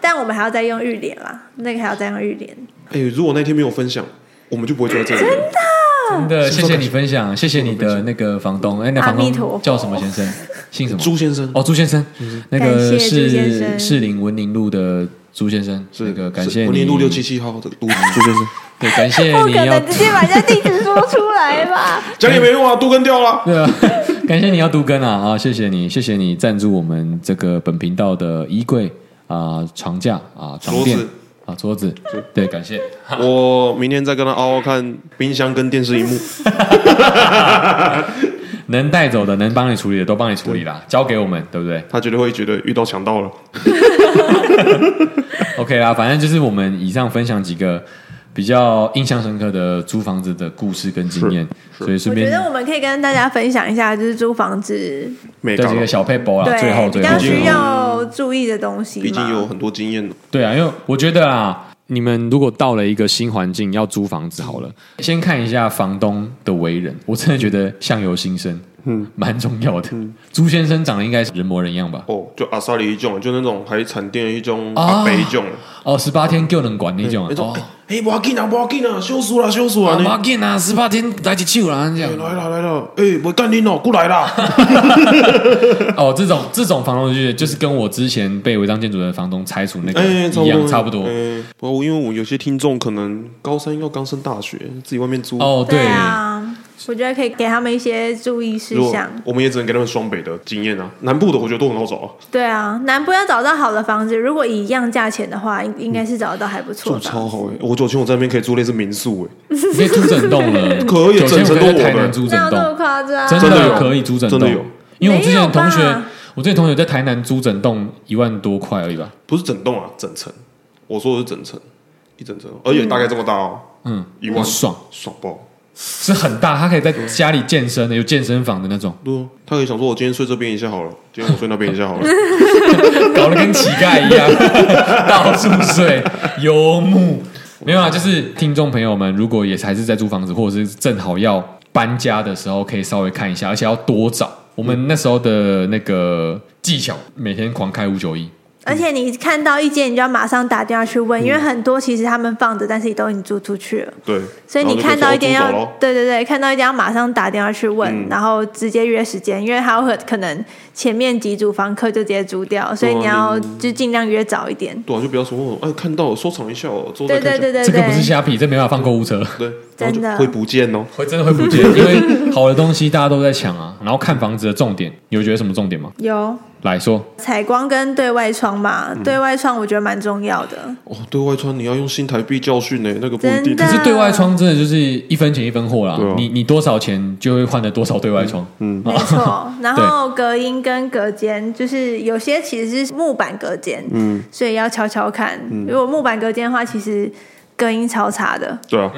Speaker 3: 但我们还要再用浴帘啦，那个还要再用浴帘。
Speaker 2: 哎，如果那天没有分享，我们就不会坐在这里。
Speaker 4: 真的，谢谢你分享，谢谢你的那个房东，哎，那房
Speaker 3: 嗯阿弥陀佛
Speaker 4: 东叫什么先生？ 姓什么？
Speaker 2: 朱先生，
Speaker 4: 哦，朱先生，那个
Speaker 3: 感谢朱先
Speaker 4: 是
Speaker 3: 生
Speaker 4: 士林文林路的朱先生，
Speaker 2: 是
Speaker 4: 那个感谢
Speaker 2: 文
Speaker 4: 你
Speaker 2: 林路六七，七号的朱朱先生，
Speaker 4: 对，感谢
Speaker 3: 不
Speaker 4: 哎你
Speaker 3: 可
Speaker 4: 要
Speaker 3: 能直接把人家地址说出来 吧？
Speaker 2: 讲也没用啊，都跟掉了。
Speaker 4: 对啊， 感谢你要读根啊啊，谢谢你，谢谢你赞助我们这个本频道的衣柜啊、床架啊、床垫
Speaker 2: 桌子
Speaker 4: 啊、桌子，对，感谢。
Speaker 2: 我明天再跟他嗷嗷看冰箱跟电视荧幕。
Speaker 4: 能带走的、能帮你处理的都帮你处理啦，交给我们，对不对
Speaker 2: 他绝对会觉得遇到强盗了。
Speaker 4: ？OK 啦，反正就是我们以上分享几个比较印象深刻的租房子的故事跟经验，所以顺
Speaker 3: 我
Speaker 4: 便
Speaker 3: 觉得我们可以跟大家分享一下，就是租房子
Speaker 2: 没
Speaker 4: 这
Speaker 2: 搞
Speaker 4: 几，个小配博啦，最后
Speaker 3: 对
Speaker 4: 最
Speaker 3: 比较
Speaker 4: 后
Speaker 3: 需
Speaker 4: 最后，
Speaker 3: 要注意的东西嘛。
Speaker 2: 毕竟有很多经验了。
Speaker 4: 对啊，因为我觉得啊，
Speaker 1: 你们如果到了一个新环境要租房子，好了，
Speaker 4: 先看一下房东的为人，我真的觉得相由心生，嗯，蛮重要的。
Speaker 1: 嗯
Speaker 4: 朱先生长得应该是人模人样吧？
Speaker 2: 哦，就阿萨里一种，就那种海产店的一种
Speaker 4: 啊
Speaker 2: 阿北一种，
Speaker 4: 哦，十八天就能管那
Speaker 1: 嗯
Speaker 4: 种啊
Speaker 2: 那种
Speaker 4: 哦，
Speaker 2: 哎，哎不要紧啊，不要紧啊，修书啦，修书啦，
Speaker 4: 啊，
Speaker 2: 你
Speaker 4: 马健啊，十八天来几球啦，这样
Speaker 2: 哎
Speaker 1: 嗯
Speaker 2: 来了来了，哎，我干你哦，过 来啦。
Speaker 4: 哦，这种这种房东就是就是跟我之前被违章建筑的房东拆除那个
Speaker 2: 哎，
Speaker 4: 一样，差不多。
Speaker 2: 哎，不过因为我有些听众可能高三要刚升大学，自己外面租。
Speaker 4: 哦，
Speaker 3: 对啊，我觉得可以给他们一些注意事
Speaker 2: 如果
Speaker 3: 项。
Speaker 2: 我们也只能给他们双北的经验啊，南部的我觉得都很好找啊，
Speaker 3: 对啊，南部要找到好的房子，如果以一样价钱的话，应应该是找得到还不错
Speaker 2: 住
Speaker 3: 的房
Speaker 2: 超
Speaker 3: 子。
Speaker 2: 好哎、我九千我在那边可以租类似民宿哎、
Speaker 4: 你可以租整栋了，
Speaker 2: 可以
Speaker 1: 啊
Speaker 4: 九千
Speaker 2: 整层
Speaker 4: 我可以
Speaker 2: 都
Speaker 4: 在
Speaker 2: 我
Speaker 4: 台南
Speaker 2: 们
Speaker 4: 租整
Speaker 3: 哪有那么
Speaker 4: 栋，
Speaker 3: 夸张？
Speaker 4: 真
Speaker 2: 真的有
Speaker 4: 可以租整栋，
Speaker 2: 真的有。
Speaker 4: 因为我之前的同
Speaker 3: 啊没
Speaker 4: 学
Speaker 3: 有吧，
Speaker 4: 我之前同学在台南租整栋一万多块而已吧。
Speaker 2: 不是整栋啊，整层。我说的是整层，一整层，而且大概这么大哦，
Speaker 4: 嗯，
Speaker 2: 一万
Speaker 4: 爽，
Speaker 2: 爽爆！
Speaker 4: 是很大，他可以在家里健身的，有健身房的那种，
Speaker 2: 对啊，他可以想说，我今天睡这边一下好了，今天我睡那边一下 好了，
Speaker 4: 搞得跟乞丐一样， 到处睡，游牧。没有啊，就是听众朋友们，如果也还是在租房子，或者是正好要搬家的时候，可以稍微看一下，而且要多找。我们那时候的那个技巧，每天狂开五九一，
Speaker 3: 而且你看到一间，你就要马上打电话去
Speaker 4: 嗯
Speaker 3: 问，因为很多其实他们放着，但是你都已经租出去了。
Speaker 2: 对。
Speaker 3: 所以你看到一点
Speaker 2: 然后就
Speaker 3: 要
Speaker 2: 可以说哦租走咯，
Speaker 3: 对对对，看到一点要马上打电话去问，
Speaker 4: 嗯
Speaker 3: 然后直接约时间，因为还有很可能前面几组房客就直接租掉，所以你要就尽量约早一点。
Speaker 2: 对啊，就不要说哦，哎，看到了收藏一下哦，之后
Speaker 3: 对
Speaker 2: 再
Speaker 3: 对
Speaker 2: 看一下
Speaker 3: 对对
Speaker 4: 这个不是
Speaker 3: 对，
Speaker 4: 虾皮，这没办法放购物车，
Speaker 2: 对，然后
Speaker 3: 真的
Speaker 2: 就会不见哦。
Speaker 4: 会真的会不 见，因为好的东西大家都在抢啊。然后看房子的重点，你有觉得什么重点吗？
Speaker 3: 有
Speaker 4: 来说，
Speaker 3: 采光跟对外窗嘛，
Speaker 4: 嗯
Speaker 3: 对外窗我觉得蛮重要的。
Speaker 2: 哦，对外穿你要用新台币教训欸呢，那个不一定
Speaker 3: 真的
Speaker 4: 可是对外窗真的就是一分钱一分货啦，
Speaker 2: 对啊
Speaker 4: 你你多少钱就会换得多少对外窗。嗯，
Speaker 3: 没 错，然后隔音跟隔间，就是有些其实是木板隔间，嗯，所以要敲敲看。
Speaker 4: 嗯
Speaker 3: 如果木板隔间的话，其实隔音超差的，
Speaker 2: 对啊，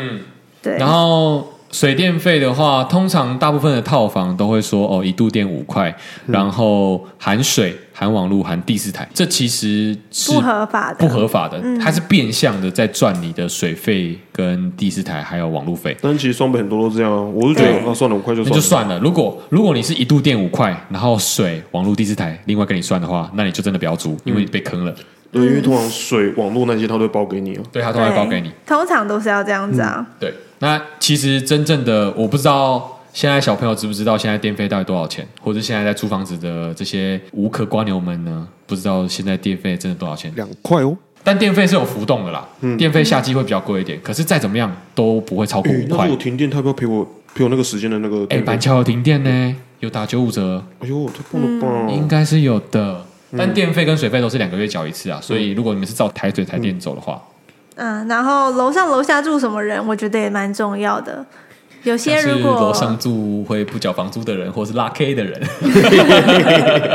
Speaker 3: 对。
Speaker 4: 然后水电费的话，通常大部分的套房都会说哦，一度电五块，然后含水、含网络、含第四台，这其实是
Speaker 3: 不合法的，
Speaker 4: 不
Speaker 3: 嗯
Speaker 4: 合法的，它是变相的在赚你的水费、跟第四台还有网络费。
Speaker 2: 但其实双北很多都这样啊，我就觉得
Speaker 3: 对
Speaker 2: 那算了，五块就
Speaker 4: 那
Speaker 2: 算
Speaker 4: 就
Speaker 2: 了，
Speaker 4: 算了。如果如果你是一度电五块，然后水、网络、第四台另外跟你算的话，那你就真的不要租，因为被坑了。
Speaker 2: 对，因为通常水、网络那些他都会包给你啊。
Speaker 4: 对他都
Speaker 3: 对，
Speaker 4: 会包给你。
Speaker 3: 通常都是要这样子啊。
Speaker 4: 对，那其实真正的我不知道现在小朋友知不知道现在电费到底多少钱，或者现在在租房子的这些无壳瓜牛们呢，不知道现在电费真的多少钱。
Speaker 2: 两块哦，
Speaker 4: 但电费是有浮动的啦，
Speaker 2: 嗯
Speaker 4: 电费夏季会比较贵一点，可是再怎么样都不会超过
Speaker 2: 诶
Speaker 4: 五
Speaker 2: 嗯那
Speaker 4: 块
Speaker 2: 如果。停电，他要不要赔我赔我那个时间的那个？
Speaker 4: 哎，板桥有停电呢，有打九五折，
Speaker 2: 哎呦，太棒了吧！
Speaker 3: 嗯
Speaker 4: 应该是有的。但电费跟水费都是两个月缴一次啊，所以如果你们是照台水台电走的话，
Speaker 3: 嗯，然后楼上楼下住什么人，我觉得也蛮重要的。有些
Speaker 4: 像是
Speaker 3: 如果
Speaker 4: 楼上住会不缴房租的人，或是拉 K 的人，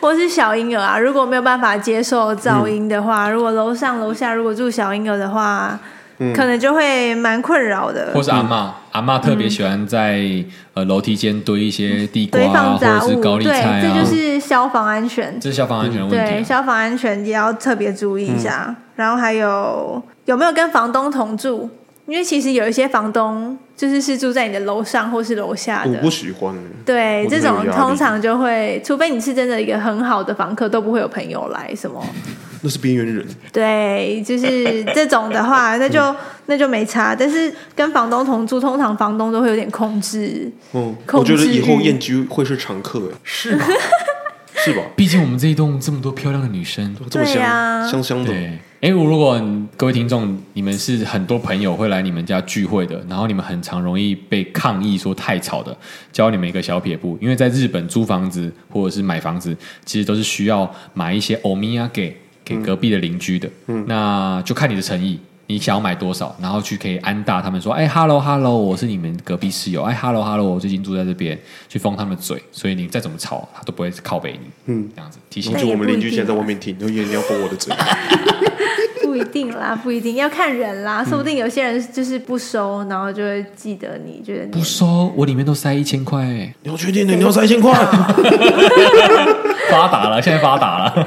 Speaker 3: 或是小婴儿啊，如果没有办法接受噪音的话，
Speaker 4: 嗯
Speaker 3: 如果楼上楼下如果住小婴儿的话，可能就会蛮困扰的
Speaker 4: 或。是阿嬷，阿妈特别喜欢在呃楼梯间堆一些地瓜
Speaker 3: 堆
Speaker 4: 啊，
Speaker 3: 放
Speaker 4: 或者
Speaker 3: 杂
Speaker 4: 是
Speaker 3: 物，
Speaker 4: 高丽
Speaker 3: 对
Speaker 4: 菜，
Speaker 3: 这
Speaker 4: 啊，
Speaker 3: 就是消防安全。
Speaker 4: 这是消防安全的问题
Speaker 3: 对，
Speaker 4: 啊。嗯
Speaker 3: 消防安全也要特别注意一下。然后还有有没有跟房东同住？因为其实有一些房东就是是住在你的楼上或是楼下
Speaker 4: 嗯
Speaker 2: 我
Speaker 3: 的
Speaker 2: 不，喜欢欸。
Speaker 3: 对
Speaker 2: 我
Speaker 3: 这
Speaker 2: 真的有
Speaker 3: 种
Speaker 2: 压力
Speaker 3: 通常就会，除非你是真的一个很好的房客，都不会有朋友来什么。
Speaker 2: 那是边缘人，
Speaker 3: 对，就是这种的话，那
Speaker 4: 嗯
Speaker 3: 就那就没差。但是跟房东同住，通常房东都会有点控制。
Speaker 2: 嗯，
Speaker 3: 控
Speaker 2: 我觉得
Speaker 3: 制
Speaker 2: 以后
Speaker 3: 欲
Speaker 2: 燕居会是常客，哎
Speaker 4: 是吧？
Speaker 2: 是吧？
Speaker 4: 毕竟我们这一栋这么多漂亮的女生。
Speaker 2: 这么
Speaker 3: 对啊
Speaker 2: 香
Speaker 3: 呀
Speaker 2: 香香的，
Speaker 4: 对，哎，如果你各位听众，你们是很多朋友会来你们家聚会的，然后你们很常容易被抗议说太吵的，教你们一个小撇步，因为在日本租房子或者是买房子，其实都是需要买一些欧米亚给给隔壁的邻居的，那就看你的诚意。你想要买多少，然后去可以安大他们说，哎，hello hello，我是你们隔壁室友，哎，hello hello，我最近住在这边，去封他们的嘴，所以你再怎么吵，他都不会靠北你，嗯
Speaker 2: 嗯，
Speaker 4: 这样子提醒
Speaker 2: 然后
Speaker 3: 对
Speaker 2: 就我们邻
Speaker 3: 也不
Speaker 2: 居
Speaker 3: 一定
Speaker 2: 现在在外面听，然后燕你要封我的嘴，
Speaker 3: 不一定 啦，不一定要看人
Speaker 4: 嗯
Speaker 3: 啦，说不定有些人就是不收，然后就会记得你，觉得
Speaker 4: 不
Speaker 3: 你
Speaker 4: 收，我里面都塞一千块、哎
Speaker 2: 你要确定的，你要三千块，
Speaker 4: 发达了，现在发达了。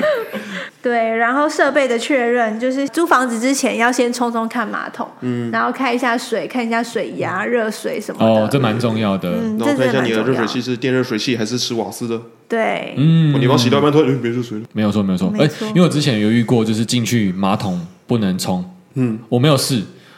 Speaker 3: 对。然后设备的确认，就是租房子之前要先冲冲看马桶，嗯，然后开一下水，看一下水压、热水什么的。
Speaker 4: 嗯哦，这蛮重要的。
Speaker 3: 嗯，
Speaker 2: 然
Speaker 3: 这
Speaker 2: 后看一下
Speaker 3: 真的蛮
Speaker 2: 你的
Speaker 3: 重
Speaker 2: 热水
Speaker 3: 要。
Speaker 2: 器是电热水器还是吃瓦斯的，
Speaker 3: 对，
Speaker 4: 嗯
Speaker 2: 哦你要洗到一半突然哎没热水了，
Speaker 4: 没有错，没有错。哎、
Speaker 3: 没错
Speaker 4: 因为我之前有遇过，就是进去马桶不能冲，嗯，我没有试，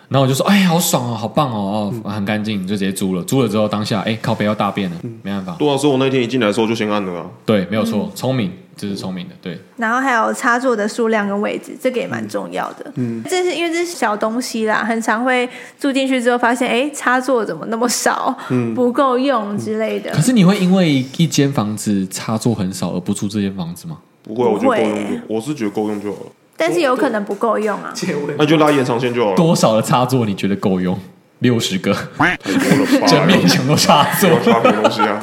Speaker 4: 然后我就说，哎，好爽哦，好棒哦，
Speaker 3: 嗯
Speaker 4: 哦，很干净，就直接租了。租了之后，当下哎，靠背要大便了，
Speaker 3: 嗯
Speaker 4: 没办法。
Speaker 2: 对啊，所以我那天一进来的时候就先按了啊，
Speaker 4: 对，没有错，聪明，这是聪明的，对。
Speaker 3: 然后还有插座的数量跟位置，这个也蛮重要的。嗯，这是因为这是小东西啦，很常会住进去之后发现，哎，插座怎么那么少，不够用之类的。
Speaker 4: 嗯可是你会因为一间房子插座很少而不住这间房子吗？
Speaker 2: 不会啊，我觉得
Speaker 3: 不会
Speaker 2: 够用就，我是觉得够用就好了，
Speaker 3: 但是有可能不够用啊。
Speaker 2: 那就拉延长线 就好了，
Speaker 4: 多少的插座你觉得够用？六十 个，
Speaker 2: 太多了吧，
Speaker 4: 整面墙都插座
Speaker 2: 不。要插什么东西 啊？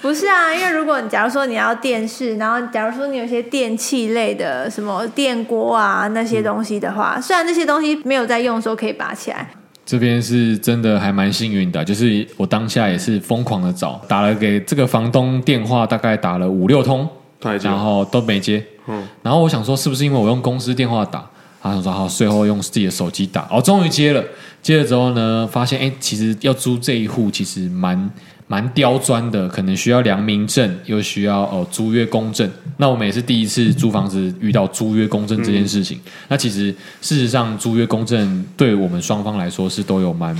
Speaker 3: 不是啊，因为如果你假如说你要电视，然后假如说你有些电器类的，什么电锅啊那些东西的话，虽然那些东西没有在用的时候可以拔起来，
Speaker 4: 这边是真的还蛮幸运的，啊就是我当下也是疯狂的找，打了给这个房东电话，大概打了五六通，
Speaker 2: 太近
Speaker 4: 然
Speaker 2: 了，
Speaker 4: 后都没接。
Speaker 2: 嗯
Speaker 4: 然后我想说，是不是因为我用公司电话打？他想说好，最后用自己的手机打。哦，终于接了。接了之后呢，发现哎，诶其实要租这一户其实蛮蛮刁钻的，可能需要良民证，又需要哦租约公证。那我们也是第一次租房子遇到租约公证这件事情。那其实事实上，租约公证对我们双方来说是都有蛮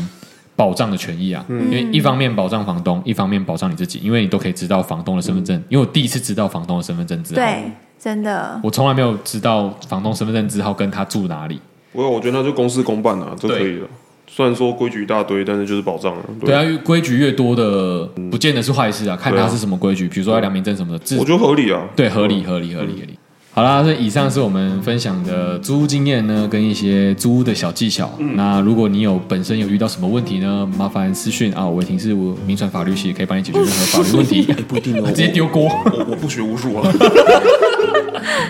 Speaker 4: 保障的权益啊，因为一方面保障房东，一方面保障你自己，因为你都可以知道房东的身份证。因为我第一次知道房东的身份证之后，
Speaker 3: 对，真的。
Speaker 4: 我从来没有知道房东身份证字号跟他住哪里。
Speaker 2: 不过我觉得那就公事公办啊，这
Speaker 4: 对
Speaker 2: 可以了。虽然说规矩一大堆，但是就是保障啊。
Speaker 4: 对啊，，规矩越多的，不见得是坏事啊，看
Speaker 2: 对
Speaker 4: 他
Speaker 2: 啊
Speaker 4: 是什么规矩，比如说要良民证什么的，至
Speaker 2: 我觉得合理啊。
Speaker 4: 对合理合理合理合理。好啦，这以上是我们分享的租屋经验呢，跟一些租屋的小技巧。那如果你有本身有遇到什么问题呢，麻烦私讯啊，我婷是我名传法律系，可以帮你解决任何法律问 题。
Speaker 2: 不一定哦，
Speaker 4: 直接丢锅。
Speaker 2: 我我不学无术 啊。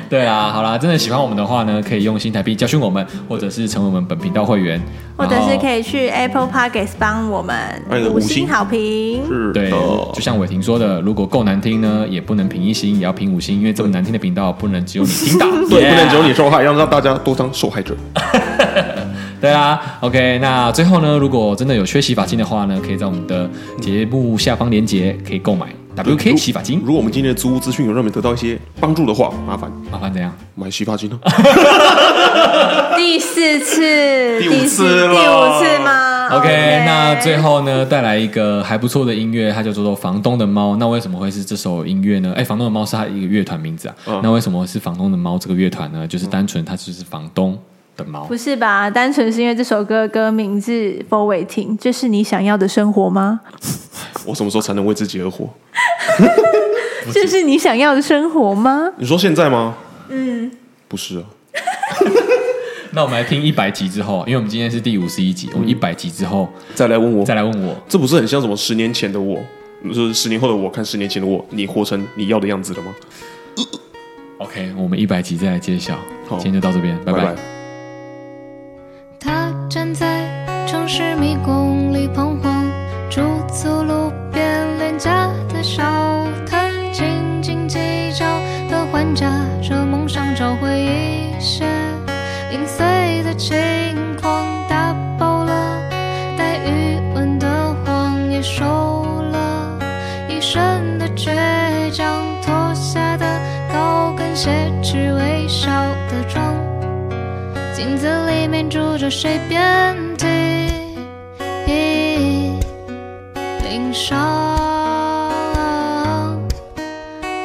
Speaker 4: 对啦，好啦，真的喜欢我们的话呢，可以用新台币教训我们，或者是成为我们本频道会员，
Speaker 3: 或者是
Speaker 4: 以。
Speaker 3: 可以去 Apple Podcast 帮我们
Speaker 2: 按个
Speaker 3: 五
Speaker 2: 五星
Speaker 3: 星好评。
Speaker 2: 是
Speaker 4: 对，就像伟霆说的，如果够难听呢，也不能评一星，也要评五星，因为这么难听的频道不能只有你听到，
Speaker 2: 对，不能只有
Speaker 4: Yeah
Speaker 2: 你受害，要让大家都当受害者。
Speaker 4: 对啦，OK，那最后呢，如果真的有缺洗发精的话呢，可以在我们的节目下方链接可以购买 WK 洗发精
Speaker 2: 如，果我们今天的租屋资讯有让你们得到一些帮助的话，麻烦
Speaker 4: 麻烦怎样？
Speaker 2: 买洗发 精啊。
Speaker 3: 第四次，
Speaker 2: 第五次
Speaker 3: 四
Speaker 2: 了
Speaker 3: 第五次吗
Speaker 4: OK，那最后呢，带来一个还不错的音乐，它叫做《房东的猫》。那为什么会是这首音乐呢？哎，房东的猫是它一个乐团名字啊。那为什么是房东的猫这个乐团呢？就是单纯它就是房东的猫
Speaker 3: 不。是吧？单纯是因为这首歌歌名字《佛伟霆》，这是你想要的生活吗？
Speaker 2: 我什么时候才能为自己而活？
Speaker 3: 这是你想要的生活吗？
Speaker 2: 你说现在吗？嗯，不是啊。
Speaker 4: 那我们来听一百集之后，因为我们今天是第五十一集，我们一百集之后
Speaker 2: 再来问我
Speaker 4: 再，来问我。
Speaker 2: 这不是很像什么十年前的我，就是十年后的我看十年前的我，你活成你要的样子了吗？
Speaker 4: OK，我们一百集再来揭晓。
Speaker 2: 好
Speaker 4: 今天就到这边，拜拜
Speaker 2: 拜
Speaker 6: 他站在城市迷宫里彷徨，夹着梦想找回一些零碎的轻狂，打包了带余温的谎也收了，一身的倔强，脱下的高跟鞋，只微笑的妆，镜子里面住着谁变体鳞伤。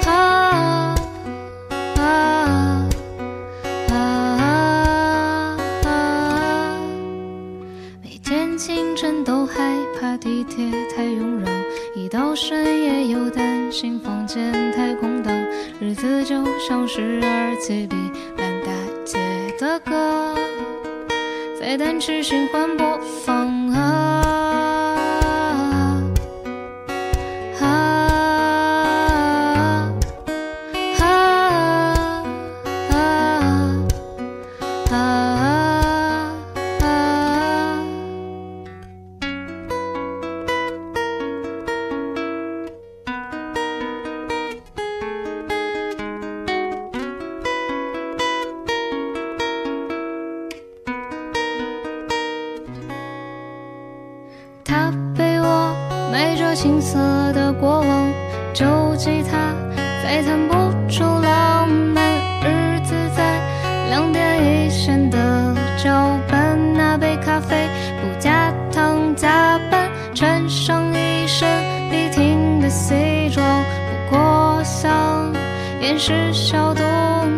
Speaker 6: 啊啊啊啊！每天清晨都害怕地铁太拥攘，一到深夜又担心房间太空荡，日子就像是耳机里烂大街的歌，在单曲循环播放啊。啊啊啊啊啊！他被我昧着青涩的过往纠集他，再谈不出浪漫日子在两点一线的脚本，那杯咖啡不加糖加班，穿上一身笔挺的西装，不过想掩饰小肚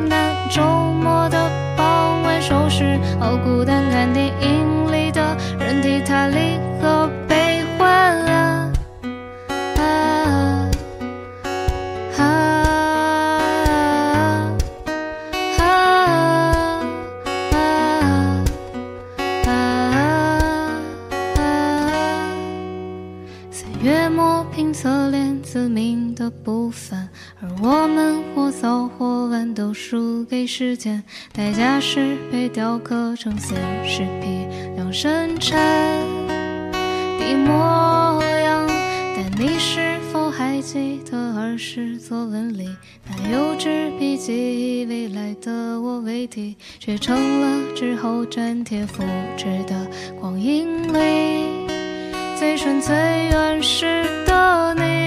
Speaker 6: 腩，周末的傍晚收拾好孤单，看电影里的人体塔利和悲欢啊啊啊啊啊啊啊！三月末拼测练自命的部分，而我们或早或晚都输给时间，代价是被雕刻成现实批量生产的模样。但你是否还记得儿时作文里那幼稚笔记？以未来的我为题，却成了之后粘贴复制的光阴里。最纯粹原始的你。